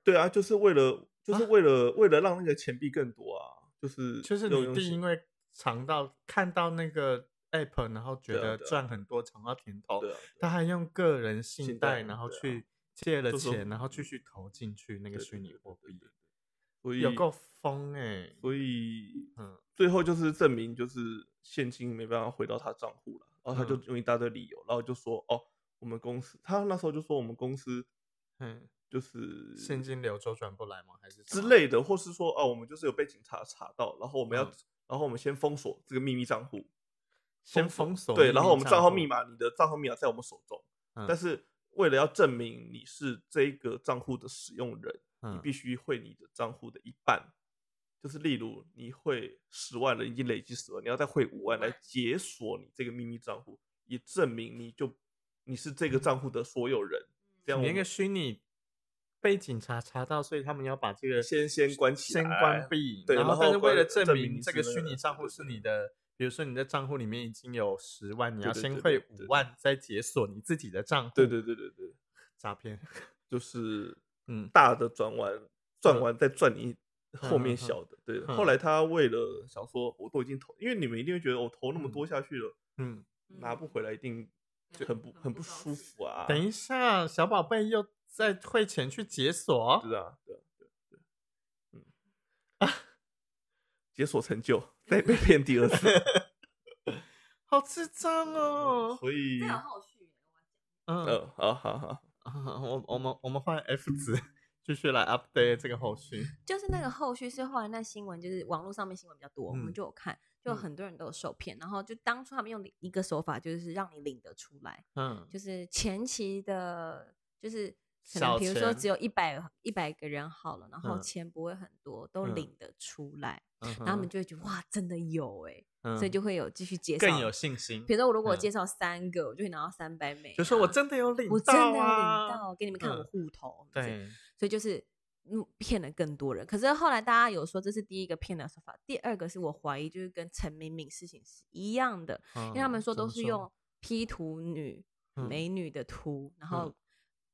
Speaker 3: 对啊，就是为了就是
Speaker 1: 啊
Speaker 3: 为了为了让那个钱币更多啊，就是
Speaker 1: 就是
Speaker 3: 用
Speaker 1: 你
Speaker 3: 用
Speaker 1: 弟
Speaker 3: 信
Speaker 1: 因为尝到看到那个 app，然后觉
Speaker 3: 对啊
Speaker 1: 得
Speaker 3: 对啊
Speaker 1: 赚很多，尝到甜头，
Speaker 3: 对啊，
Speaker 1: 他还用个人
Speaker 3: 信
Speaker 1: 信
Speaker 3: 贷
Speaker 1: 贷，然后
Speaker 3: 对啊
Speaker 1: 去借了
Speaker 3: 就是
Speaker 1: 钱，然后继
Speaker 3: 嗯
Speaker 1: 续投进去那
Speaker 3: 那
Speaker 1: 个虚拟货币，
Speaker 3: 所以
Speaker 1: 有够疯哎！
Speaker 3: 所以
Speaker 1: 嗯
Speaker 3: 最后就是证明就是现金没办法回到他账户了，然后他就
Speaker 1: 嗯
Speaker 3: 用一大堆理由，然后就说哦，我们公司他那时候就说我们公司
Speaker 1: 嗯，
Speaker 3: 就是
Speaker 1: 现金流周转不来吗？还是什
Speaker 3: 之
Speaker 1: 么？
Speaker 3: 类的，或是说哦，我们就是有被警察查到，然后我们要，
Speaker 1: 嗯
Speaker 3: 然后我们先封锁这个秘密账户，
Speaker 1: 先封锁
Speaker 3: 对，然后我们账号密
Speaker 1: 码，
Speaker 3: 码，你的账号密码在我们手中，
Speaker 1: 嗯
Speaker 3: 但是为了要证明你是这一个账户的使用人，你
Speaker 1: 嗯
Speaker 3: 必须会你的账户的一半，就是例如你会十万了，已经累积十万，你要再汇五万来
Speaker 2: 万
Speaker 3: 解锁你这个秘密账户，也证明你就你是这个账户的所有人，这样
Speaker 1: 嗯
Speaker 3: 我
Speaker 1: 你那个
Speaker 3: 们
Speaker 1: 虚拟被警察查到，所以他们要把这个
Speaker 3: 先先关起来，
Speaker 1: 先关闭，
Speaker 3: 对然
Speaker 1: 后
Speaker 3: 后
Speaker 1: 但是为
Speaker 3: 关
Speaker 1: 了证
Speaker 3: 证明
Speaker 1: 明
Speaker 3: 你
Speaker 1: 这
Speaker 3: 是
Speaker 1: 个
Speaker 3: 那
Speaker 1: 虚
Speaker 3: 个
Speaker 1: 拟账户
Speaker 3: 对对
Speaker 1: 是
Speaker 3: 对
Speaker 1: 你的。比如说你的账户里面已经有十万，你
Speaker 3: 对
Speaker 1: 要
Speaker 3: 对
Speaker 1: 先
Speaker 3: 对
Speaker 1: 汇
Speaker 3: 对对
Speaker 1: 五万再解锁你自己的账户。
Speaker 3: 对对对对对，
Speaker 1: 诈骗。
Speaker 3: 就是
Speaker 1: 嗯
Speaker 3: 大的转完，转
Speaker 1: 嗯
Speaker 3: 完再转你后
Speaker 1: 嗯嗯
Speaker 3: 面
Speaker 1: 嗯
Speaker 3: 小的。对，
Speaker 1: 嗯
Speaker 3: 后来他为了想说，我都已经投，因为你们一定会觉得我投那么多下去了，
Speaker 1: 嗯，
Speaker 3: 拿不回来一定很不很不
Speaker 2: 高
Speaker 3: 舒
Speaker 2: 兴
Speaker 3: 服啊。
Speaker 1: 等一下，小宝贝又在汇钱去解锁
Speaker 3: 对。啊，对啊，对啊对啊，嗯，解锁成就，再被骗第二次，
Speaker 1: 好智障哦！
Speaker 3: 所以
Speaker 2: 这有后续，
Speaker 1: 嗯，
Speaker 3: 呃，好好好，
Speaker 1: 哦
Speaker 3: 呃
Speaker 1: 我我们我们换 F 值，继续来 update 这个后续。
Speaker 2: 就是那个后续是后来那新闻，就是网络上面新闻比较多，我
Speaker 1: 嗯
Speaker 2: 们就有看，就
Speaker 1: 嗯
Speaker 2: 很多人都有受骗，然后就当初他们用一个手法，就是让你领得出来，
Speaker 1: 嗯，
Speaker 2: 就是前期的，就是可
Speaker 1: 小
Speaker 2: 能比如说
Speaker 1: 钱
Speaker 2: 只有一百一百个人好了，然后
Speaker 1: 嗯
Speaker 2: 钱不会很多，都
Speaker 1: 嗯
Speaker 2: 领得出来，
Speaker 1: 然
Speaker 2: 然后他们就会觉得哇，真的有哎、所以就会有继续介绍，
Speaker 1: 嗯更有信心
Speaker 2: 比。如说我如果
Speaker 1: 嗯
Speaker 2: 介绍三个，我就会拿到三百美啊，
Speaker 1: 就说我真的有领
Speaker 2: 我真的有
Speaker 1: 到
Speaker 2: 领
Speaker 1: 啊，
Speaker 2: 到，给你们看我
Speaker 1: 嗯
Speaker 2: 户头，
Speaker 1: 对，
Speaker 2: 所以就是嗯骗了更多人。可是后来大家有说这是第一个骗的手法，第二个是我怀疑就是跟陈敏敏事情是一样的，因为他们说都是
Speaker 1: 嗯
Speaker 2: 用 P 图女
Speaker 1: 嗯
Speaker 2: 美女的图，然
Speaker 1: 嗯
Speaker 2: 后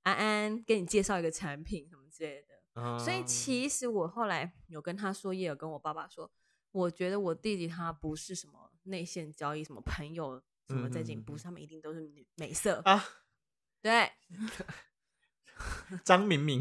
Speaker 2: 安安给你介绍一个产品什么之类的。所
Speaker 1: 啊
Speaker 2: 以其实我后来有跟他说，也有跟我爸爸说，我觉得我弟弟他不是什么内线交易，什么朋友什么在进，
Speaker 1: 嗯
Speaker 2: 不是他们一定都是女美色。
Speaker 1: 啊，
Speaker 2: 对，
Speaker 1: 张明
Speaker 2: [LAUGHS]
Speaker 1: 明，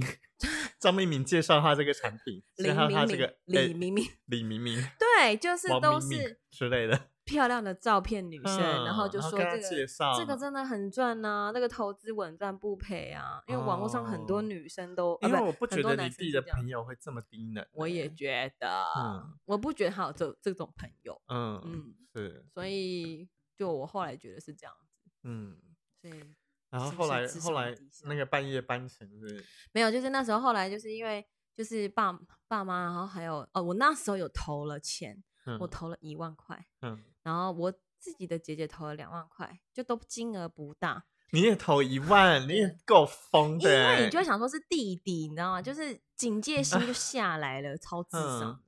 Speaker 1: 张明明介绍他这个产品，
Speaker 2: 李
Speaker 1: 介绍他
Speaker 2: 明
Speaker 1: 这
Speaker 2: 明
Speaker 1: 个，
Speaker 2: 李
Speaker 1: 哎
Speaker 2: 明明，
Speaker 1: 李明明，
Speaker 2: 对，就是
Speaker 1: 王
Speaker 2: 都
Speaker 1: 明明
Speaker 2: 是
Speaker 1: 之类的
Speaker 2: 漂亮的照片女生，然后
Speaker 1: 嗯
Speaker 2: 就
Speaker 1: 然后
Speaker 2: 说
Speaker 1: 跟他
Speaker 2: 这个
Speaker 1: 介绍
Speaker 2: 这个
Speaker 1: 嘛
Speaker 2: 真的很赚呐、那个投资稳赚不赔啊，因为网络上很多
Speaker 1: 哦
Speaker 2: 女生都，啊
Speaker 1: 因为我不
Speaker 2: 不很
Speaker 1: 觉
Speaker 2: 多
Speaker 1: 得
Speaker 2: 男
Speaker 1: 你
Speaker 2: 生
Speaker 1: 弟
Speaker 2: 是
Speaker 1: 的
Speaker 2: 这样
Speaker 1: 朋友会这么低能，欸
Speaker 2: 我也觉得，
Speaker 1: 嗯
Speaker 2: 我不觉得他有这这种朋友，
Speaker 1: 嗯
Speaker 2: 嗯
Speaker 1: 嗯是
Speaker 2: 所以就我后来觉得是这样子，
Speaker 1: 嗯，
Speaker 2: 所以
Speaker 1: 然后
Speaker 2: 是不
Speaker 1: 后
Speaker 2: 是
Speaker 1: 来
Speaker 2: 智
Speaker 1: 后
Speaker 2: 商
Speaker 1: 来
Speaker 2: 低下
Speaker 1: 那个半夜搬行是
Speaker 2: 没有，就是那时候后来就是因为就是爸爸妈，然后还有哦，我那时候有投了钱，
Speaker 1: 嗯
Speaker 2: 我投了一万块，
Speaker 1: 嗯，
Speaker 2: 然后我自己的姐姐投了两万块，就都金额不大，
Speaker 1: 你也投一万，你
Speaker 2: [LAUGHS]
Speaker 1: 也够疯
Speaker 2: 因
Speaker 1: 的欸，
Speaker 2: 为你就会想说是弟弟，你知道吗？就是警戒心
Speaker 1: [LAUGHS]
Speaker 2: 就下来了，超智商的
Speaker 1: 嗯，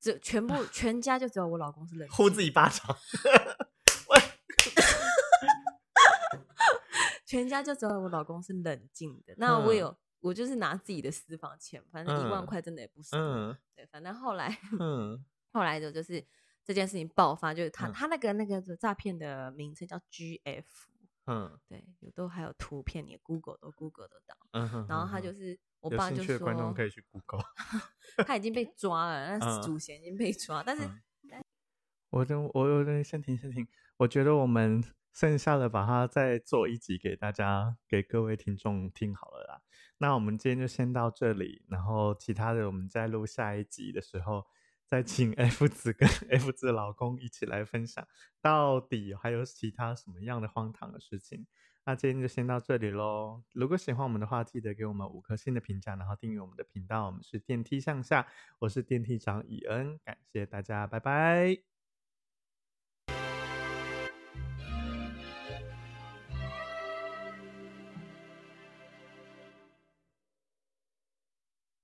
Speaker 2: 只
Speaker 1: [LAUGHS]
Speaker 2: 全部全家就只有我老公是冷
Speaker 1: 呼
Speaker 2: 静
Speaker 1: 自己巴
Speaker 2: [LAUGHS]
Speaker 1: 掌，
Speaker 2: 全家就只有我老公是冷静的。那我
Speaker 1: 嗯
Speaker 2: 有，我就是拿自己的私房钱，反正一万
Speaker 1: 嗯
Speaker 2: 块真的也不少。
Speaker 1: 嗯
Speaker 2: 对，反正后来
Speaker 1: 嗯
Speaker 2: 后来的就是这件事情爆发，就是他、
Speaker 1: 嗯
Speaker 2: 他那个那个诈骗的名称叫 GF，
Speaker 1: 嗯
Speaker 2: 对，有都还有图片，你 Google 都 Google 得到。
Speaker 1: 嗯哼，
Speaker 2: 然后他
Speaker 1: 哼
Speaker 2: 就
Speaker 1: 哼
Speaker 2: 是我
Speaker 1: 有
Speaker 2: 爸
Speaker 1: 兴
Speaker 2: 就
Speaker 1: 趣
Speaker 2: 说
Speaker 1: 的，观众可以去 Google。
Speaker 2: [LAUGHS] 他已经被抓了，那
Speaker 1: 嗯
Speaker 2: 主嫌已经被抓，但是
Speaker 1: 嗯我等我有点先停先停，我觉得我们剩下的把它再做一集给大家给各位听众听好了啦。那我们今天就先到这里，然后其他的我们再录下一集的时候，再请 [LAUGHS] F 子跟 F 子老公一起来分享到底还有其他什么样的荒唐的事情。那今天就先到这里喽。如果喜欢我们的话，记得给我们五颗星的评价，然后订阅我们的频道。我们是电梯向下，我是电梯长以恩，感谢大家，拜拜。